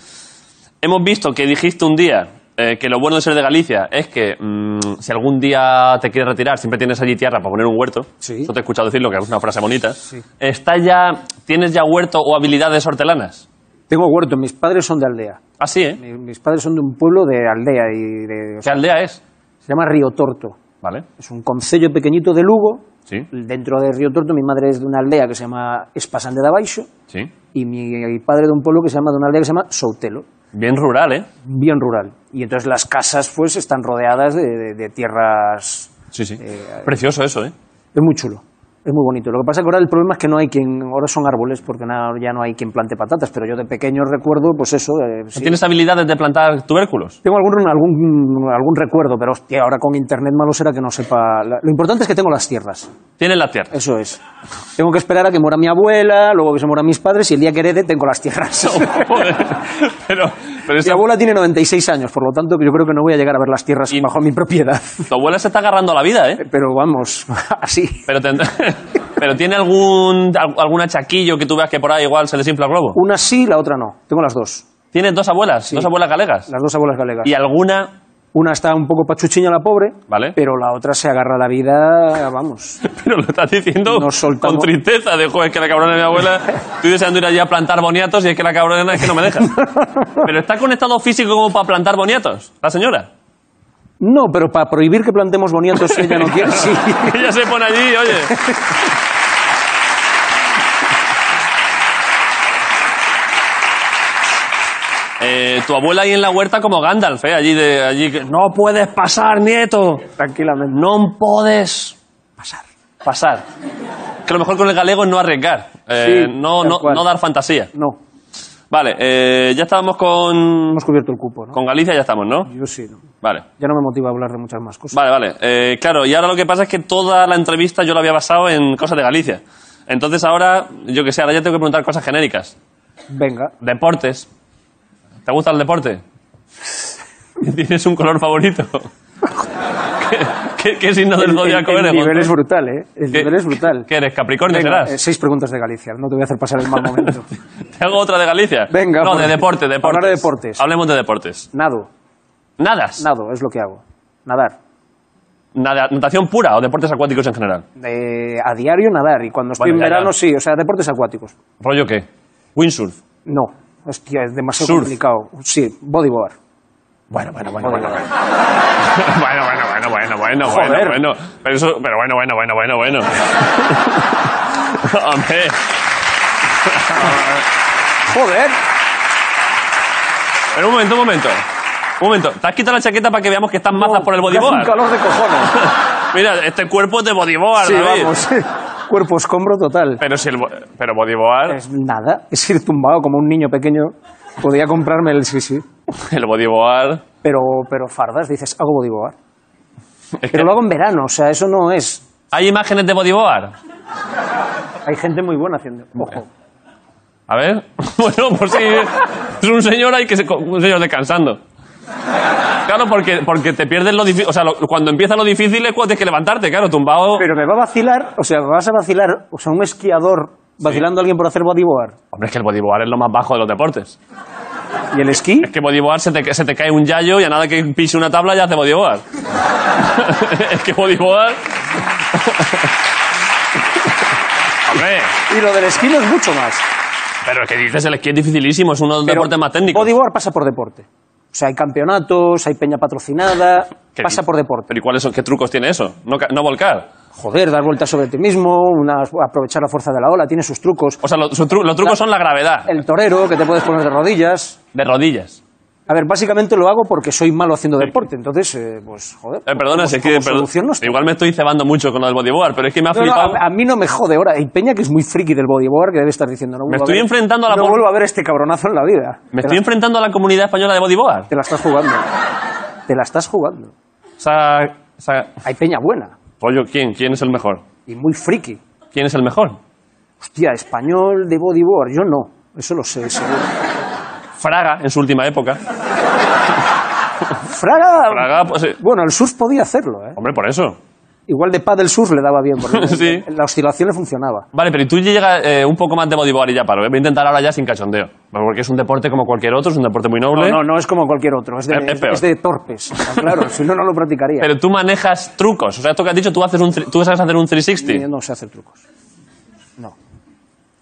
Hemos visto que dijiste un día eh, que lo bueno de ser de Galicia es que mm, si algún día te quieres retirar, siempre tienes allí tierra para poner un huerto.
Sí.
Eso te he escuchado decirlo, que es una frase bonita. Está ya, ¿Tienes ya huerto o habilidades hortelanas?
Tengo huerto, mis padres son de aldea.
Así, ¿eh?
Mi- Mis padres son de un pueblo de aldea y de-
¿Qué aldea es?
se llama Río Torto.
Vale.
Es un concello pequeñito de Lugo.
Sí.
Dentro de Río Torto, mi madre es de una aldea que se llama Espasande de Abaixo
Sí.
y mi padre de un pueblo que se llama de una aldea que se llama Soutelo,
Bien rural, ¿eh?
bien rural. Y entonces las casas pues están rodeadas de, de- de tierras.
Sí, sí.
Eh,
Precioso eso, ¿eh?
Es muy chulo. Es muy bonito. Lo que pasa es que ahora el problema es que no hay quien. Ahora son árboles porque na- ya no hay quien plante patatas. Pero yo de pequeño recuerdo, pues eso. eh, sí.
¿Tienes habilidades de plantar tubérculos?
Tengo algún, algún, algún recuerdo, pero hostia, ahora con internet malo será que no sepa. la- Lo importante es que tengo las tierras.
Tienes la tierra.
Eso es. Tengo que esperar a que muera mi abuela, luego que se mueran mis padres y el día que herede tengo
[laughs]
las tierras.
[laughs] Joder. pero, pero
Mi
esa-
abuela tiene 96 años, por lo tanto yo creo que no voy a llegar a ver las tierras bajo mi propiedad. [laughs]
tu abuela se está agarrando a la vida, ¿eh?
Pero vamos, [laughs] así.
Pero, tend- [laughs] pero ¿tiene algún, al- algún achaquillo que tú veas que por ahí igual se les infla el globo?
Una sí, la otra no. Tengo las dos.
¿Tienes dos abuelas? ¿Dos abuelas galegas?
Las dos abuelas galegas.
¿Y alguna...? [laughs]
Una está un poco pachuchiña la pobre,
Vale.
pero la otra se agarra a la vida, vamos.
Pero lo estás diciendo
Nos soltamos.
con tristeza de, joder, es que la cabrona de mi abuela... Estoy deseando ir allí a plantar boniatos y es que la cabrona es que no me [laughs] deja. ¿Pero está con estado físico como para plantar boniatos, la señora?
No, pero para prohibir que plantemos boniatos si ella no
[laughs]
quiere, sí.
Ella se pone allí, oye. Eh, tu abuela ahí en la huerta como Gandalf, ¿eh? Allí de... Allí, que, no puedes pasar, nieto.
Tranquilamente.
No puedes pasar. Pasar. Que a lo mejor con el galego es no arriesgar. Eh,
Sí,
no,
tal
no,
cual.
no dar fantasía.
No,
Vale, eh, ya estábamos con...
hemos cubierto el cupo, ¿no?
Con Galicia ya estamos, ¿no?
Yo sí, no.
Vale.
Ya no me motiva a hablar de muchas más cosas.
Vale, vale. Eh, claro, y ahora lo que pasa es que toda la entrevista yo la había basado en cosas de Galicia. Entonces ahora, yo que sé, ahora ya tengo que preguntar cosas genéricas.
Venga.
Deportes. ¿Te gusta el deporte? [laughs] ¿Tienes un color favorito? [laughs] ¿Qué, qué, qué signo del
El- el-
zodiaco
el
eres?
nivel
Gonzalo?
es brutal, ¿eh? El
¿Qué-
nivel es brutal.
¿Qué eres? ¿Capricornio
Venga,
serás?
eh, seis preguntas de Galicia, no te voy a hacer pasar el mal momento.
[laughs] ¿Te hago otra de Galicia?
Venga,
No,
por-
de deporte, deportes.
hablar de deportes.
Hablemos de deportes.
Nado,
¿Nadas?
nado, es lo que hago. Nadar.
Nada- ¿Natación pura o deportes acuáticos en general?
Eh, a diario nadar, y cuando estoy
Bueno,
en
ya, ya.
verano sí, o sea, deportes acuáticos.
¿Rollo qué? ¿Windsurf?
No, hostia, es demasiado
Surf.
complicado. Sí, bodyboard.
Bueno, bueno, bueno, bueno. bueno, bueno, [laughs] bueno, bueno, bueno, bueno, bueno. Pero, eso, pero bueno, bueno, bueno, bueno, bueno. [laughs] Hombre.
¡Joder!
Pero un momento, un momento. Un momento. Te has quitado la chaqueta para que veamos que estás mazas por el
Hace un
bodyboard.
calor
[laughs]
de cojones.
Mira, este cuerpo es de bodyboard,
Sí,
David.
vamos. [laughs] Cuerpo escombro total.
Pero si el bo-
Eh.
pero bodyboard.
Es nada, es ir tumbado como un niño pequeño. Podía comprarme el sí, sí.
El bodyboard.
Pero, pero fardas, dices, "Ah, hago bodyboard. Pero lo hago en verano, o sea, eso no es.
¿Hay imágenes de bodyboard?
Hay gente muy buena haciendo. Ojo.
A ver. [laughs] Bueno, pues sí. Es un señor ahí que se, un señor descansando. Claro, porque, porque te pierdes lo difícil. O sea, lo- cuando empieza lo difícil es cuando tienes que levantarte, claro, tumbado.
Pero me va a vacilar, o sea, me vas a vacilar, o sea, un esquiador vacilando a alguien por hacer bodyboard.
Hombre, es que el bodyboard es lo más bajo de los deportes.
¿Y el esquí?
Es que bodyboard se te, se te cae un yayo y a nada que pise una tabla ya hace bodyboard. [laughs] es que bodyboard. [laughs] Hombre,
Y lo del esquí no es mucho más.
pero es que dices el esquí es dificilísimo, es uno de los
Pero
deportes más técnicos.
Bodyboard pasa por deporte. O sea, hay campeonatos, hay peña patrocinada,
¿Qué
pasa
dices?
por deporte.
Pero ¿y cuáles son, qué trucos tiene eso? No, ca- no volcar.
Joder, dar vueltas sobre ti mismo, una- aprovechar la fuerza de la ola, tiene sus trucos.
O sea, lo- su tru- los trucos
La-
son la gravedad,
El torero, que te puedes poner de rodillas.
de rodillas.
A ver, básicamente lo hago porque soy malo haciendo deporte, entonces, eh, pues, joder.
Eh, perdona,
como-
si es
como
que perdón,
solución no está.
igual me estoy cebando mucho con lo del bodyboard, pero es que me ha
No, no,
flipado.
a, a mí no me jode ahora. Hay Peña que es muy friki del bodyboard que debe estar diciendo. No
Me
vuelvo
estoy
ver-
enfrentando a la
No
pol-
vuelvo a ver este cabronazo en la vida.
me
te,
estoy
la,
enfrentando a la comunidad española de bodyboard.
te la estás jugando. te la estás jugando.
O sea, o sea,
Hay Peña buena
pollo, ¿quién? ¿Quién es el mejor?
y muy friki.
¿Quién es el mejor?
Hostia, español de bodyboard. Yo no. Eso lo sé, seguro.
Fraga, en su última época.
Fraga.
Fraga, pues. eh,
Bueno, el surf podía hacerlo, ¿eh?
hombre, por eso.
Igual de pad el surf le daba bien,
[laughs]
porque
Sí.
la oscilación le funcionaba.
Vale, pero y tú llegas eh, un poco más de bodyboard y ya paro. ¿eh? Voy a intentar ahora ya sin cachondeo. Porque es un deporte como cualquier otro, es un deporte muy noble.
No, no, no es como cualquier otro. Es de,
¿Eh? Es- es peor.
es de torpes. Claro, si no, no lo practicaría.
Pero tú manejas trucos. O sea, esto que has dicho, tú, haces un, tri- tú sabes hacer un 360.
No sé hacer trucos. No.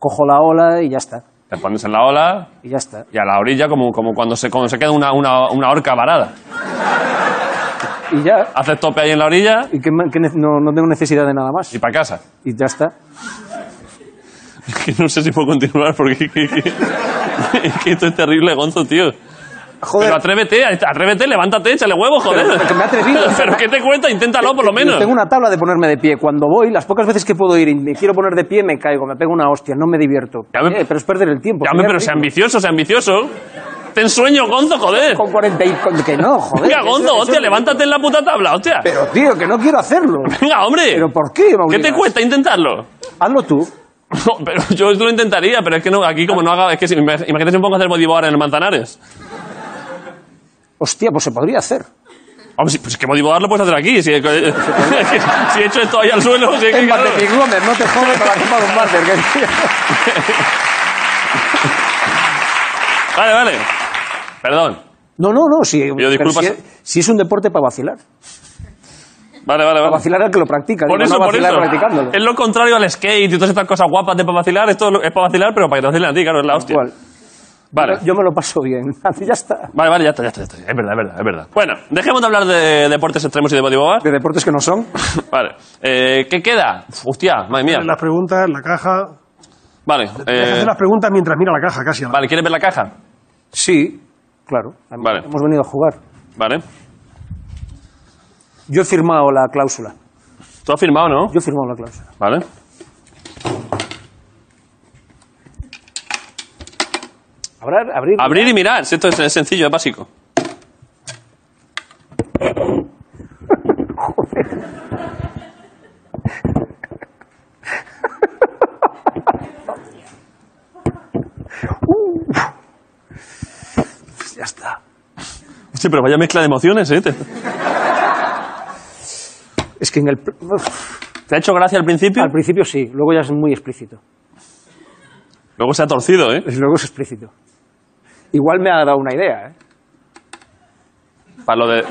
Cojo la ola y ya está.
Te pones en la ola
Y ya está.
y a la orilla, como, como cuando, se, cuando se queda una, una, una orca varada.
Y ya.
Haces tope ahí en la orilla
Y que, ma- que ne- no, no tengo necesidad de nada más.
y para casa. [laughs]
Y ya está.
Que no sé si puedo continuar porque que- que- es que esto es terrible, Gonzo, tío.
Joder.
Pero atrévete, atrévete, levántate, échale huevo, joder.
Pero- pero que me he atrevido.
[laughs] Pero ¿qué te cuenta? Inténtalo por lo menos.
eh, Tengo una tabla de ponerme de pie. Cuando voy, las pocas veces que puedo ir y me quiero poner de pie, me caigo, me pego una hostia, no me divierto.
Ya me-
Eh, pero es perder el tiempo.
Ya,
sería
hombre, pero sea
ridículo.
ambicioso, sea ambicioso. Ten sueño, Gonzo, joder.
Con 40 y... Con, que no, joder.
Venga,
que eso-
Gonzo,
eso es
hostia,
ridículo.
levántate en la puta tabla, hostia.
Pero, tío, que no
[laughs]
quiero hacerlo.
Venga, hombre.
¿Pero por qué,
¿Qué
Maurinas?
te cuesta intentarlo? [laughs]
Hazlo tú.
No, pero yo lo intentaría, pero es que no, aquí como no haga, es que si, imag- imagínate si me pongo a hacer bodyboard en el Manzanares.
Hostia, pues se podría hacer.
Hombre, si- pues es que bodyboard lo puedes hacer aquí, si, eh, [laughs] si he hecho esto ahí al suelo, si es que,
En
claro.
Patrick Gómez, no te jodes con la copa de un váter, que-
Vale, vale. Perdón.
No, no, no, si, pero
disculpas-
si, es- si es un deporte para vacilar.
Vale, vale,
Para
vale.
vacilar al que lo practica,
Por
digo,
eso,
no
por
vacilar
eso.
practicándolo.
Es lo contrario al skate y todas estas cosas guapas de para vacilar. Esto es lo- es para vacilar, pero para que te vacilen a ti, claro, es la hostia.
Igual.
Vale.
Yo me lo paso bien. [laughs] ya está.
Vale, vale, ya está, ya está, ya está. Es verdad, es verdad, es verdad. Bueno, dejemos de hablar de deportes extremos y de bodyboard.
[laughs] De deportes que no son.
Vale. Eh, ¿Qué queda? Uf, Hostia, madre mía.
Las preguntas, la caja.
Vale.
Deja de
eh,
hacer las preguntas mientras mira la caja, casi. a la-
vale, ¿quieres ver la caja?
Sí, claro.
Vale.
Hemos venido a jugar.
Vale.
Yo he firmado la cláusula.
Tú has firmado, ¿no?
Yo he firmado la cláusula.
Vale.
Abrir, abrir.
Abrir y mirar. Si esto es es sencillo, es básico.
Ya está.
Sí, pero vaya mezcla de emociones, ¿eh? Te, te
Es que en el. pl- Uf.
ha hecho gracia al principio,
[laughs] Al principio sí, luego ya es muy explícito.
luego se ha torcido, ¿eh?
Pues Luego es explícito. Igual me ha dado una idea, ¿eh? [laughs]
Para lo de...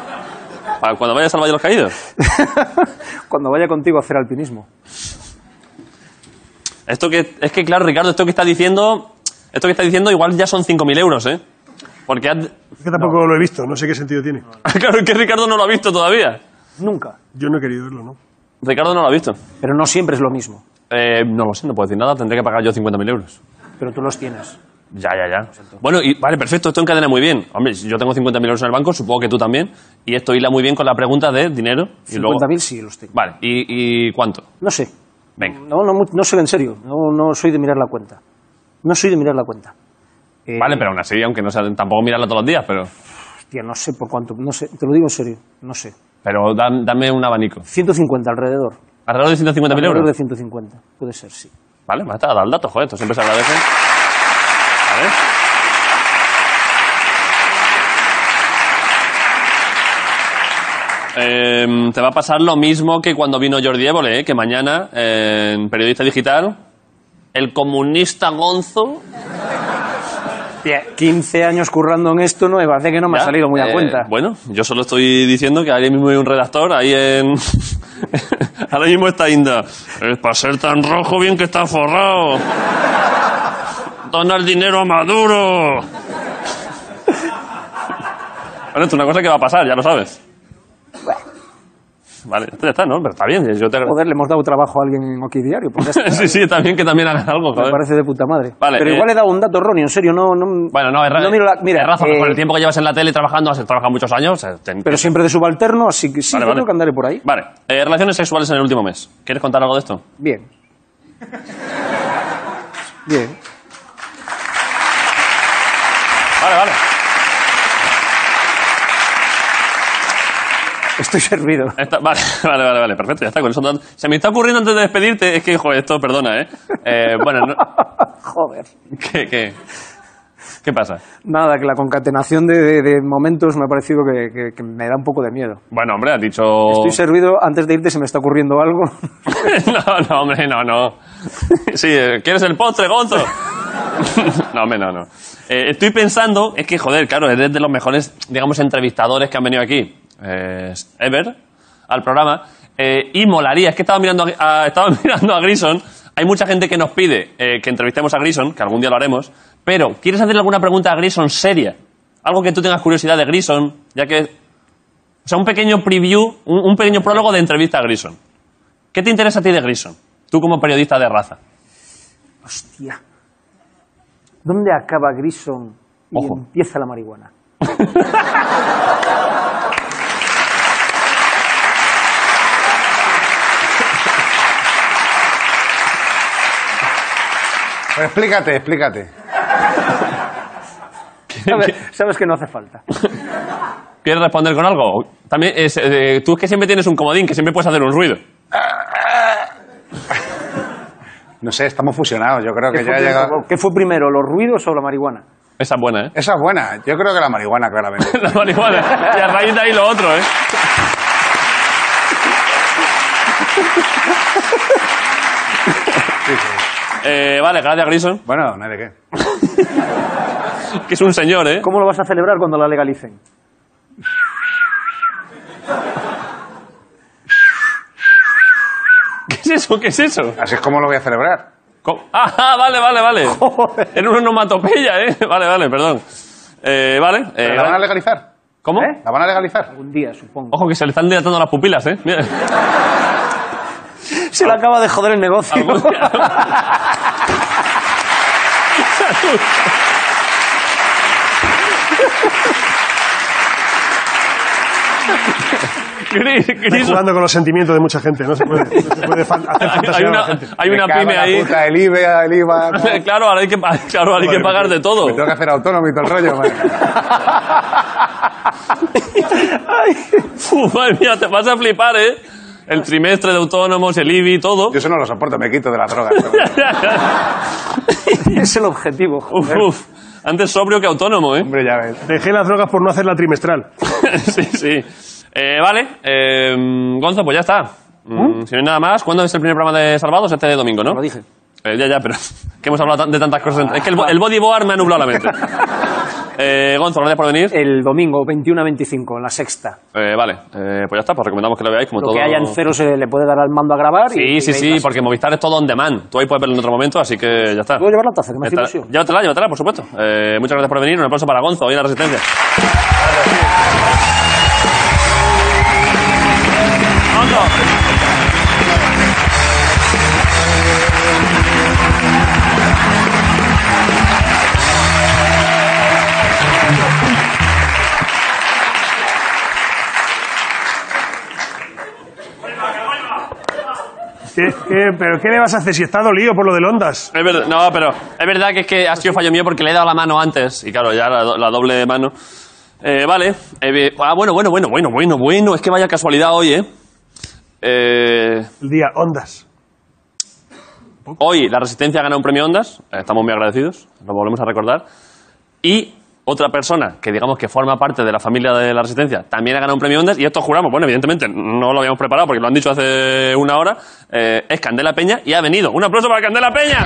Para cuando vayas al Valle de los Caídos.
Cuando vaya contigo a hacer alpinismo.
Esto que... Es que, claro, Ricardo, esto que está diciendo... Esto que está diciendo igual ya son 5.000 euros, ¿eh? Porque... has- [laughs]
Es que tampoco lo he visto, no sé qué sentido tiene.
Claro, es que Ricardo no lo ha visto todavía.
Nunca.
Yo no he querido verlo, ¿no?
Ricardo no lo ha visto.
Pero no siempre es lo mismo.
Eh, no lo sé, no puedo decir nada. Tendré que pagar yo 50.000 euros.
Pero tú los tienes.
Ya, ya, ya. Bueno, y, vale, perfecto. Esto encadena muy bien. Hombre, si yo tengo 50.000 euros en el banco, supongo que tú también. Y esto hila muy bien con la pregunta de dinero. Y luego...
50.000 sí los tengo.
Vale, ¿y, y cuánto?
No sé.
Venga.
No, no, mu- no sé, en serio. No, no soy de mirar la cuenta. No soy de mirar la cuenta. Eh,
Vale, pero aún así, aunque no sea, tampoco mirarla todos los días, pero...
Hostia, no sé por cuánto, no sé, te lo digo en serio, no sé.
Pero dam- dame un abanico.
150 alrededor.
Alrededor de 150.000
Alrededor de
euros.
150, puede ser, sí.
Vale, me has dado el dato, joder, esto siempre se agradece. A ver. Em, te va a pasar lo mismo que cuando vino Jordi Évole, ¿eh? que mañana eh, en Periodista Digital, el comunista Gonzo.
15 años currando en esto, no me parece que no me
Ya,
ha salido muy a
eh,
cuenta.
Bueno, yo solo estoy diciendo que ahora mismo hay un redactor ahí en. [laughs] ahora mismo está Inda. "Eh, Para ser tan rojo, bien que está forrado. Dona el dinero a Maduro. bueno, esto es una cosa que va a pasar, ya lo sabes. Vale, esto ya está, ¿no? Pero está bien, yo te
Joder, le hemos dado trabajo a alguien en Oki Diario. pues ya
[laughs]
está.
Sí, sí, también que también hagan algo,
Me
joder.
parece de puta madre.
Vale,
Pero
eh,
igual he dado un dato erróneo, en serio, no... no
Bueno, no, es
no miro la- mira, eh,
con el tiempo que llevas en la tele trabajando, has trabajado muchos años. eh, ten-
Pero siempre de subalterno, así que sí,
Vale,
yo
vale.
creo que andaré por ahí.
Vale, eh, relaciones sexuales en el último mes. ¿Quieres contar algo de esto?
Bien. Bien.
Vale, vale.
Estoy servido.
Esta- vale, [laughs] vale, vale, vale, perfecto, ya está. Con eso tan- se me está ocurriendo antes de despedirte, es que, joder, esto, perdona, ¿eh? Eh, bueno, no- [laughs]
[laughs] Joder.
¿qué, qué, qué pasa?
Nada, que la concatenación de, de- de momentos me ha parecido que, que- que me da un poco de miedo.
Bueno, hombre, has dicho...
Estoy servido, antes de irte se me está ocurriendo algo. [laughs]
[laughs] no, no, hombre, no, no. Sí, eh, ¿quieres el postre, Gonzo? [laughs] no, hombre, no, no. Eh, estoy pensando, es que, joder, claro, eres de los mejores, digamos, entrevistadores que han venido aquí, eh, ever, al programa. Eh, y molaría, es que estaba mirando a, a- estaba [laughs] mirando a Grison. Hay mucha gente que nos pide eh, que entrevistemos a Grison, que algún día lo haremos. Pero, ¿quieres hacerle alguna pregunta a Grison seria? Algo que tú tengas curiosidad de Grison, ya que. O sea, un pequeño preview, un, un pequeño prólogo de entrevista a Grison. ¿Qué te interesa a ti de Grison? Tú como periodista de raza.
Hostia. ¿Dónde acaba Grison y
Ojo.
empieza
[laughs]
la marihuana?
Pues explícate, explícate.
Sabes, sabes que no hace falta.
¿Quieres responder con algo? También, es, eh, tú es que siempre tienes un comodín, que siempre puedes hacer un ruido.
No sé, estamos fusionados. Yo creo que ya ha
fue
llegado.
primero- ¿Qué fue primero, los ruidos o la marihuana?
Esa es buena, ¿eh? [laughs]
Esa es buena. Yo creo que la marihuana, claramente.
La marihuana. Y a raíz de ahí lo otro, ¿eh? [laughs] Eh, vale, gracias Grison,
Bueno, no hay de qué.
que es un señor, ¿eh?
¿Cómo lo vas a celebrar cuando la legalicen?
¿Qué es eso? ¿Qué es eso?
Así es como lo voy a celebrar.
¿Cómo? Ah, ah, vale, vale, vale. Era una onomatopeya, ¿eh? Vale, vale, perdón. Eh, vale. eh,
¿Pero ¿La
gra-
van a legalizar?
¿Cómo?
¿Eh?
¿La van a legalizar?
Un día, supongo.
Ojo, que se le están dilatando las pupilas, ¿eh? Mira.
Se le acaba de joder el negocio. [laughs]
Algún- Salud. Gris,
Estoy
gris.
jugando con los sentimientos de mucha gente. No se puede,
[laughs]
no se puede fan- hacer
Hay
fantasía a
una,
la gente.
hay
Me
una
cago en
pyme
la
ahí.
Puta, el IVA, el IVA. no. Me
[laughs] Claro, ahora hay que, pa- claro, ahora hay que pagar de todo.
tengo que hacer autónomo y todo el rollo, madre.
[laughs] Uf, madre mía, te vas a flipar, ¿eh? El trimestre de autónomos, el IBI, todo.
Yo eso no lo soporto, me quito de la droga.
es el objetivo. joder.
[laughs] Uf, uf. Antes sobrio que autónomo, ¿eh?
Hombre, ya ves.
Dejé las drogas por no hacer la trimestral.
[laughs] sí, sí. Eh, vale, eh, Gonzo, pues ya está. Mm, Si no hay nada más, ¿cuándo es el primer programa de Salvados? Este domingo, ¿no?
Lo dije.
Eh, ya, ya, pero [laughs] que hemos hablado tan- de tantas cosas. Es que el, bo- el bodyboard me ha nublado la
[laughs]
mente. Eh, Gonzo, gracias por venir.
El domingo, 21 a 25, en la sexta.
Eh, vale, eh, pues ya está, pues recomendamos que lo veáis como
Lo
todo.
que haya en cero se le puede dar al mando a grabar. y-
Sí,
y
sí,
veis
sí,
las-
porque Movistar es todo on demand. Tú ahí puedes verlo en otro momento, así que ya está.
¿Puedo llevar la taza? Que me hace
Está-
ilusión.
Llévatela, llévatela, por supuesto. Eh, muchas gracias por venir. Un aplauso para Gonzo, hoy en la Resistencia. Gonzo.
¿Qué- qué- ¿Pero qué le vas a hacer si está dolido por lo del Ondas?
Es verdad, no, pero es verdad que es que ha sido fallo mío porque le he dado la mano antes y claro, ya la, do- la doble mano. Eh, vale. Eh, bien. ah, bueno, bueno, bueno, bueno, bueno, bueno. Es que vaya casualidad hoy, ¿eh? Eh,
El día Ondas.
Hoy la Resistencia gana un premio Ondas, eh, estamos muy agradecidos, lo volvemos a recordar. Y otra persona que digamos que forma parte de la familia de la Resistencia también ha ganado un premio Ondas, y esto juramos, bueno, evidentemente no lo habíamos preparado porque lo han dicho hace una hora, eh, es Candela Peña y ha venido. ¡Un aplauso para Candela Peña!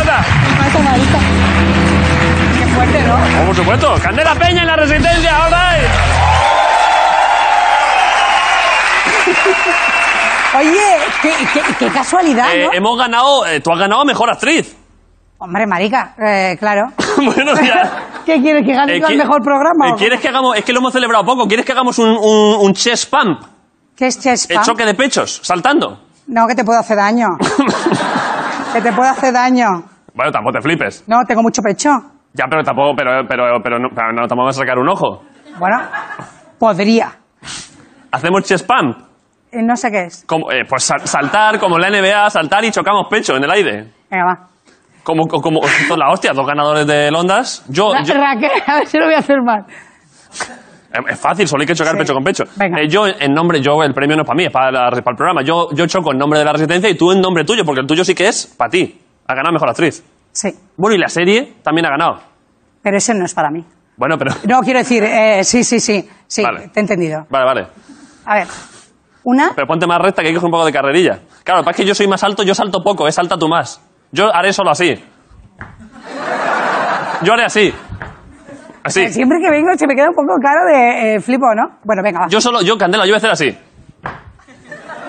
¡Anda!
Qué fuerte, ¿no?
Oh, por supuesto, Candela Peña en la Resistencia, all right.
Oye, qué, qué- qué casualidad,
Eh,
Ah, ¿no?
hemos ganado, eh, tú has ganado a Mejor Actriz. [laughs]
Hombre, marica, eh, claro.
bueno, [laughs] ya.
¿Qué quieres, que gane
Eh,
yo al
qui-
mejor programa?
eh,
o qué?
¿Quieres que hagamos, es que lo hemos celebrado poco, ¿quieres que hagamos un, un, un chest pump?
¿Qué es
El
Chespa?
choque de pechos, saltando.
No, que te puedo
[laughs]
hacer daño. que te puedo hacer daño.
Bueno, tampoco te flipes.
No, tengo mucho pecho.
Ya, pero tampoco, pero, pero, pero, no, pero no, tampoco vas a sacar un ojo.
Bueno, podría.
Hacemos chest pump.
Eh, No sé qué es.
Como, eh, pues sal- saltar, como en la NBA, saltar y chocamos pecho en el aire.
Venga, va.
Como, como, como- [laughs] esto es la hostia, dos ganadores del Ondas. Yo,
Ra-
Oh, yo-
Raquel, a ver si lo voy a hacer mal.
Eh, Es fácil, solo hay que chocar
Sí.
pecho con pecho.
Venga.
Eh, yo, en nombre, yo, el premio no es para mí, es para, la- para el programa. Yo, yo choco en nombre de la Resistencia y tú en nombre tuyo, porque el tuyo sí que es para ti. Ha ganado mejor actriz.
Sí,
Bueno, y la serie también ha ganado.
pero ese no es para mí.
Bueno, pero. [laughs]
No, quiero decir, eh, sí, sí, sí. Sí,
Vale.
te he entendido.
Vale, vale.
A ver, una,
Pero ponte más recta que hay que coger un poco de carrerilla. Claro, lo que pasa es que yo soy más alto, yo salto poco, es salta tú más. Yo haré solo así. Yo haré así. Así.
Eh, siempre que vengo se me queda un poco caro de eh, flipo, ¿no? Bueno, venga, va.
Yo solo, yo, Candela, yo voy a hacer así.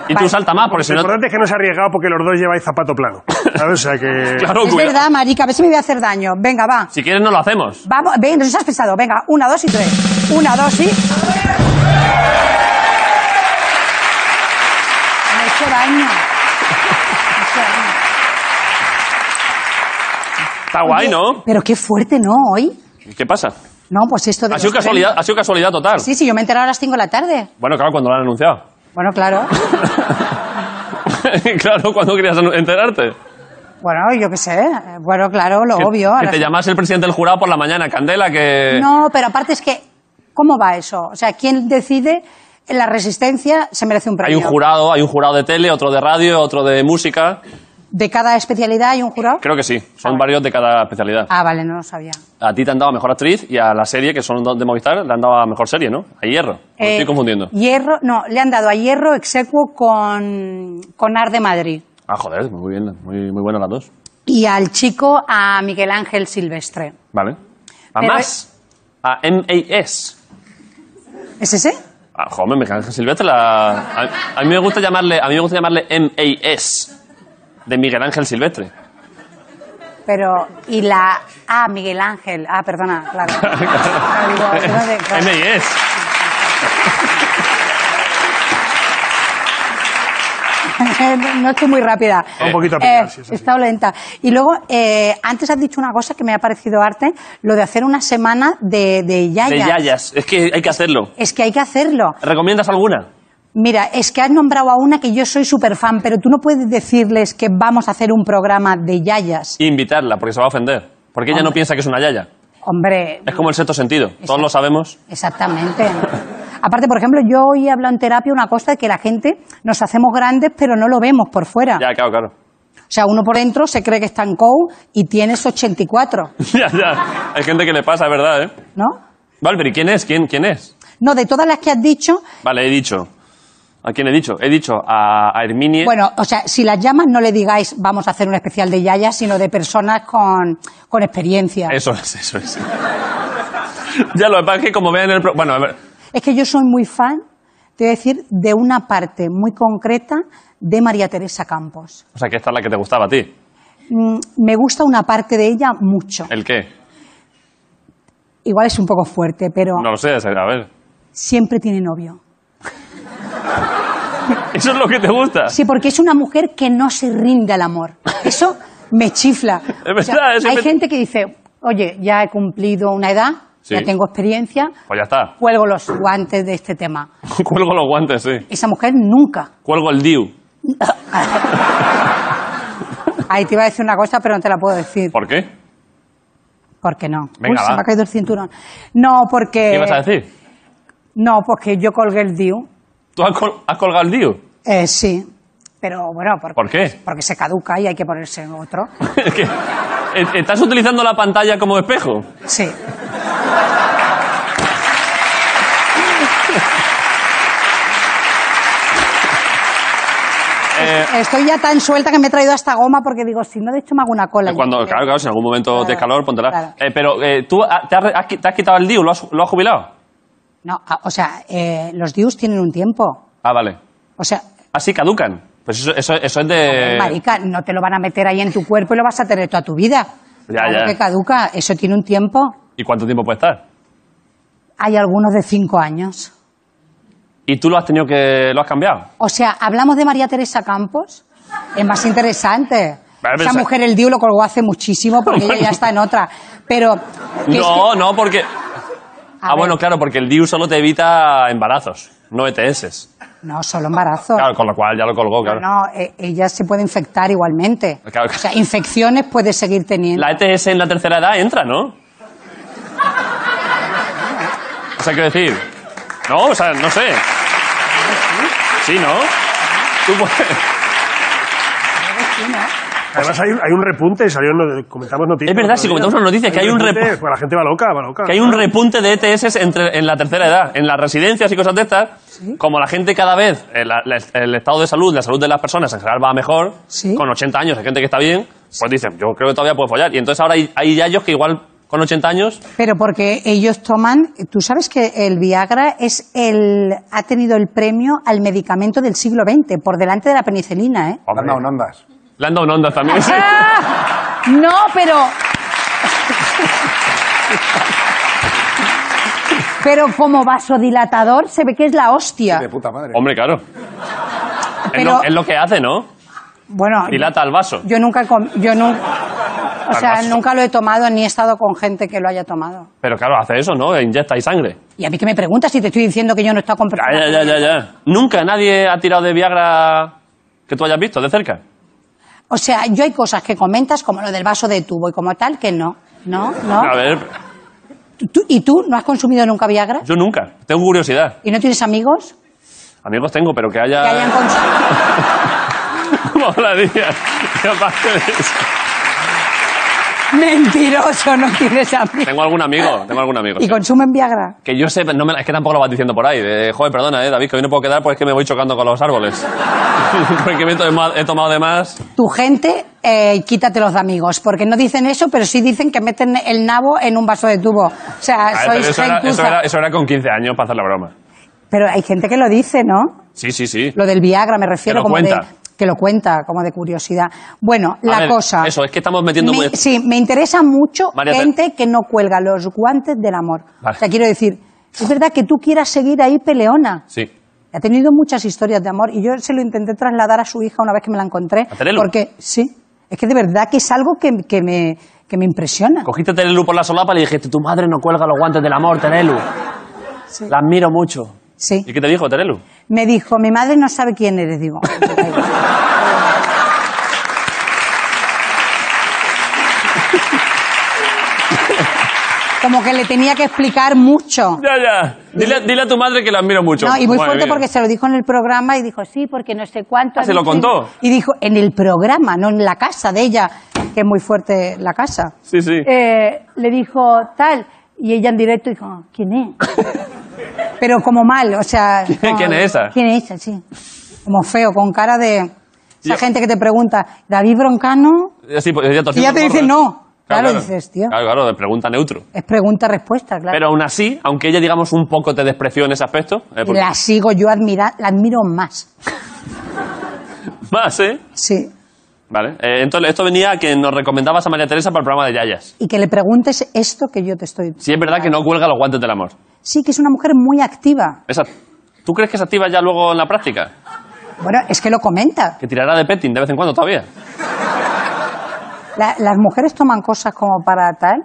Y tú
Vale.
salta más, porque si
Lo
no.
importante es que no se ha arriesgado porque los dos lleváis zapato plano. ¿sabes? O sea que...
[laughs] Claro,
es
cuidado.
verdad, marica, a ver si me voy a hacer daño. Venga, va.
Si quieres, no lo hacemos.
Vamos, venga, entonces has pensado. Venga, una, dos y tres. Una, dos y... Me he hecho daño. Me he hecho daño.
Está Ah, guay, ¿no?
Pero qué fuerte, ¿no? Hoy.
¿Qué pasa?
No, pues esto de...
Ha sido
los
casualidad, ha sido casualidad total.
premios. Sí, sí, yo me he enterado a las cinco de la tarde.
Bueno, claro, cuando lo han anunciado. [laughs]
Bueno, claro.
claro, cuando querías anu- enterarte.
Bueno, yo qué sé. Eh, Bueno, claro, lo
Que-
obvio. a
Que
las
te eh. llamase el presidente del jurado por la mañana, Candela, que...
No, pero aparte es que, ¿cómo va eso? O sea, ¿quién decide la resistencia se merece un
Hay
premio?
un jurado, hay un jurado de tele, otro de radio, otro de música.
¿De cada especialidad hay un jurado?
Creo que sí, son varios de cada especialidad.
Ah, vale, no lo sabía.
A ti te han dado a mejor actriz y a la serie, que son dos de Movistar, le han dado a mejor serie, ¿no? A Hierro. Me
Eh,
estoy confundiendo.
Hierro, no, le han dado a Hierro execuo con, con Ar de Madrid
Ah, joder, muy bien, muy, muy buenas las dos.
y al chico a Miguel Ángel Silvestre.
Vale. A
Pero-
más, a MAS.
¿Es ese?
Ah, joder, me encanta Silvestre. La... A, a mí me gusta llamarle, a mí me gusta llamarle MAS, de Miguel Ángel Silvestre.
Pero, y la A, Miguel Ángel. Ah, perdona,
[laughs]
claro. Claro, digo, ¿de dónde? Claro.
MIS.
[laughs] no estoy muy rápida.
Eh,
Un poquito apurada, sí, eso
he
sí.
estado lenta. Y luego, eh, antes has dicho una cosa que me ha parecido arte, lo de hacer una semana de, de yayas.
De Yayas. Es que hay que hacerlo.
Es que hay que hacerlo.
¿Recomiendas alguna?
Mira, es que has nombrado a una que yo soy súper fan, pero tú no puedes decirles que vamos a hacer un programa de yayas.
Invitarla, porque se va a ofender. Porque ella no piensa que es una Yaya.
Hombre,
Es como el sexto sentido. Todos
Exacto.
lo sabemos.
Exactamente. Aparte, por ejemplo, yo hoy he hablado en terapia una cosa de que la gente nos hacemos grandes, pero no lo vemos por fuera.
Ya, claro, claro. [laughs]
O sea, uno por dentro se cree que está en COU y tienes 84,
ya, ya. Hay gente que le pasa, es verdad, ¿eh?
¿no?
Vale, pero ¿y quién es? ¿Quién, quién es?
No, de todas las que has dicho,
Vale, he dicho. ¿A quién he dicho? He dicho a, a Herminie.
bueno, o sea, si las llamas no le digáis vamos a hacer un especial de Yaya, sino de personas con, con experiencia.
Eso es, eso es. [laughs] ya lo que pasa es que como vean el. pro- Bueno, a ver.
Es que yo soy muy fan, te voy a decir, de una parte muy concreta de María Teresa Campos.
O sea, que esta es la que te gustaba a ti.
Mm, me gusta una parte de ella mucho.
¿El qué?
Igual es un poco fuerte, pero
No lo sé, a ver.
siempre tiene novio.
¿Eso es lo que te gusta?
Sí, porque es una mujer que no se rinde al amor. Eso me chifla.
verdad, [laughs] es
hay
siempre-
gente que dice, oye, ya he cumplido una edad,
Sí.
ya tengo experiencia,
Pues ya está. [laughs]
cuelgo los guantes de este tema.
Cuelgo los guantes, sí.
Esa mujer nunca.
Cuelgo el DIU.
Ahí te iba a decir una cosa, pero no te la puedo decir.
¿Por qué?
Porque no.
Venga,
Uy, se
va.
me ha caído el cinturón. No, porque...
¿Qué ibas a decir?
No, porque yo colgué el DIU.
¿Tú has, col- has colgado el DIU? [laughs]
Eh, sí. Pero bueno, porque,
¿Por qué?
porque se caduca y hay que ponerse otro.
¿Qué? ¿E- ¿Estás utilizando la pantalla como espejo?
Sí.
[laughs] Eh,
Estoy ya tan suelta que me he traído hasta goma porque digo, si no, de hecho me hago una cola.
cuando, claro, claro, si en algún momento
Claro,
te calor, póntela.
claro.
Eh, pero eh, tú ah, te has, re- has qui- te has quitado el DIU, lo has, lo has jubilado.
No, a- o sea, eh, los DIUs tienen un tiempo.
Ah, vale.
O sea,
Así caducan. Pues eso, eso, eso es de.
marica, no te lo van a meter ahí en tu cuerpo y lo vas a tener toda tu vida.
Ya,
Claro
ya.
que caduca, eso tiene un tiempo.
¿Y cuánto tiempo puede estar?
Hay algunos de cinco años.
¿Y tú lo has tenido que. lo has cambiado?
O sea, hablamos de María Teresa Campos, es más interesante.
Vale, pero
Esa
esa-
mujer el DIU lo colgó hace muchísimo porque ella ya está en otra. Pero... que es
No, no, porque. Ah,
ver.
bueno, claro, porque el DIU solo te evita embarazos, no ETS.
que- no, solo embarazo.
Claro, con lo cual ya lo colgó, claro.
Oh. No, e- ella se puede infectar igualmente.
Claro.
O sea, infecciones puede seguir teniendo.
La ETS en la tercera edad entra, ¿no? O sea, quiero decir. No, o sea, no sé. Sí, ¿no? Tú puedes-
Además, hay, un- hay un repunte, salió, en lo- comentamos noticias.
Es verdad, sí,
si
comentamos una noticia, que hay un repunte.
Pues la gente va loca, va loca.
Que hay un repunte de ETS entre, en la tercera edad, en las residencias y cosas de estas. Como la gente cada vez, eh, la- la- el, estado de salud, la salud de las personas en general va mejor, con 80 años hay gente que está bien, pues dicen, yo creo que todavía puedo follar. Y entonces ahora hay, hay yayos que igual con 80 años,
Pero porque ellos toman, tú sabes que el Viagra es el ha tenido el premio al medicamento del siglo XX por delante de la penicilina, ¿eh?
Hombre. No, no andas.
le han dado una onda también. [laughs]
¡Ah! No, pero pero como vasodilatador se ve que es la hostia.
De puta madre.
Hombre, claro. es,
Pero-
lo, es lo que hace, ¿no?
Bueno,
Dilata el vaso.
yo nunca he com- yo nunca o sea,
Además-
nunca lo he tomado ni he estado con gente que lo haya tomado.
Pero claro, hace eso, ¿no? Inyecta y sangre.
Y a mí que me preguntas si te estoy diciendo que yo no he estado con
Ya, ya,
personas-
ya, ya, ya. Nunca nadie ha tirado de Viagra que tú hayas visto de cerca.
O sea, yo hay cosas que comentas como lo del vaso de tubo y como tal que no, no, no.
A ver,
¿Tú- ¿Y tú no has consumido nunca Viagra?
yo nunca. Tengo curiosidad.
¿Y no tienes amigos
Amigos tengo, pero que haya...
que hayan consumido? [laughs]
Molaría. Y aparte de eso,
Mentiroso, no tienes amigos.
Tengo algún amigo, tengo algún amigo.
¿Y
sí.
consumen Viagra?
Que yo sé, pero no me la- es que tampoco lo vas diciendo por ahí. de, joder, perdona, eh, David, que hoy no puedo quedar porque es que me voy chocando con los árboles. [laughs] porque me he tomado, he tomado de más.
Tu gente, eh, quítate los de amigos, porque no dicen eso, pero sí dicen que meten el nabo en un vaso de tubo. O sea,
A ver, Ah, pero
sois
eso, era, eso,
gentuza.
era, eso era con 15 años para hacer la broma.
Pero hay gente que lo dice, ¿no?
Sí, sí, sí.
Lo del Viagra, me refiero
lo
como de,
cuenta.
que lo cuenta, como de curiosidad. Bueno,
A
la
ver,
cosa.
Eso, es que estamos metiendo...
Me-
muy-
sí, me interesa mucho
María,
gente que no cuelga los guantes del amor.
Vale.
O sea, quiero decir, es verdad que tú quieras seguir ahí peleona.
Sí.
Ha tenido muchas historias de amor y yo se lo intenté trasladar a su hija una vez que me la encontré.
¿A Terelu?
Porque, sí, es que de verdad que es algo que, que me, que me impresiona.
Cogiste a Terelu por la solapa y le dijiste, tu madre no cuelga los guantes del amor, Terelu.
Sí.
La admiro mucho.
Sí.
¿Y qué te dijo Terelu?
Me dijo, mi madre no sabe quién eres,
[laughs]
digo. "Da igual". Como que le tenía que explicar mucho.
Ya, ya. Dile, dile a tu madre que la admiro mucho.
No, y muy
Madre
fuerte
mía.
porque se lo dijo en el programa y dijo, sí, porque no sé cuánto.
Ah,
ha
¿se lo
dicho".
contó?
Y dijo, en el programa, no en la casa de ella, que es muy fuerte la casa.
Sí, sí.
Eh, le dijo tal, y ella en directo dijo,
[laughs]
¿quién es? Pero como mal, o sea... como-
quién es esa?
¿Quién es esa, sí? Como feo, con cara de... Esa
Yo-
gente que te pregunta, ¿David Broncano?
Sí, pues ya
Y ya te dice
dicen
no. Claro, dices, tío.
Claro, claro, de pregunta neutro.
Es pregunta-respuesta, claro.
Pero aún así, aunque ella, digamos, un poco te despreció en ese aspecto. eh, porque-
la sigo yo admirar, la admiro más.
[laughs] Más, ¿eh?
Sí.
Vale. Eh, entonces, esto venía a que nos recomendabas a María Teresa para el programa de Yayas.
Y que le preguntes esto que yo te estoy...
Sí, es verdad que no cuelga los guantes del amor.
Sí, que es una mujer muy activa.
Esa- ¿Tú crees que se activa ya luego en la práctica?
Bueno, es que lo comenta.
Que tirará de petting de vez en cuando todavía.
La- las mujeres toman cosas como para tal.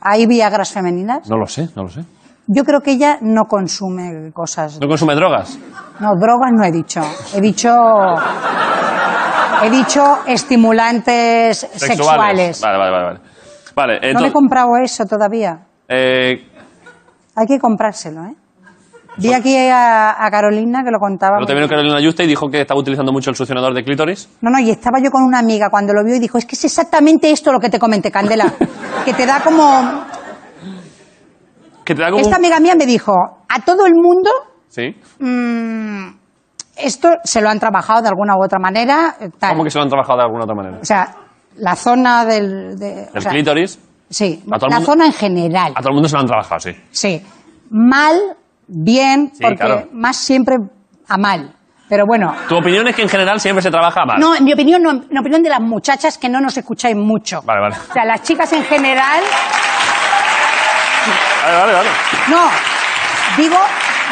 Hay viagras femeninas.
No lo sé, no lo sé.
Yo creo que ella no consume cosas.
¿No consume drogas?
No, drogas no he dicho. He dicho He dicho estimulantes sexuales.
Vale, vale, vale. Vale, vale
no me he
entonces,
comprado eso todavía.
eh,
Hay que comprárselo, ¿eh? Vi aquí a, a Carolina que lo contaba.
Lo te vino Carolina Yuste y dijo que estaba utilizando mucho el succionador de clítoris.
No, no, y estaba yo con una amiga cuando lo vio y dijo, es que es exactamente esto lo que te
[laughs]
comenté, Candela. que te da como...
Que te da como...
Esta
un-
amiga mía me dijo, a todo el mundo
Sí.
mm, esto se lo han trabajado de alguna u otra manera. eh, tal".
Como que se lo han trabajado de alguna otra manera.
O sea, la zona del... de- o
El
sea,
clítoris,
Sí,
A
la
todo el mundo-
zona en general.
a todo el mundo se lo han trabajado, sí.
Sí, mal, bien,
Sí,
porque
claro.
más siempre a mal. Pero bueno,
Tu opinión es que en general siempre se trabaja mal.
no, en mi opinión, no, en mi opinión de las muchachas que no nos escucháis mucho.
Vale, vale.
O sea, las chicas en general,
Vale, vale, vale.
no, digo,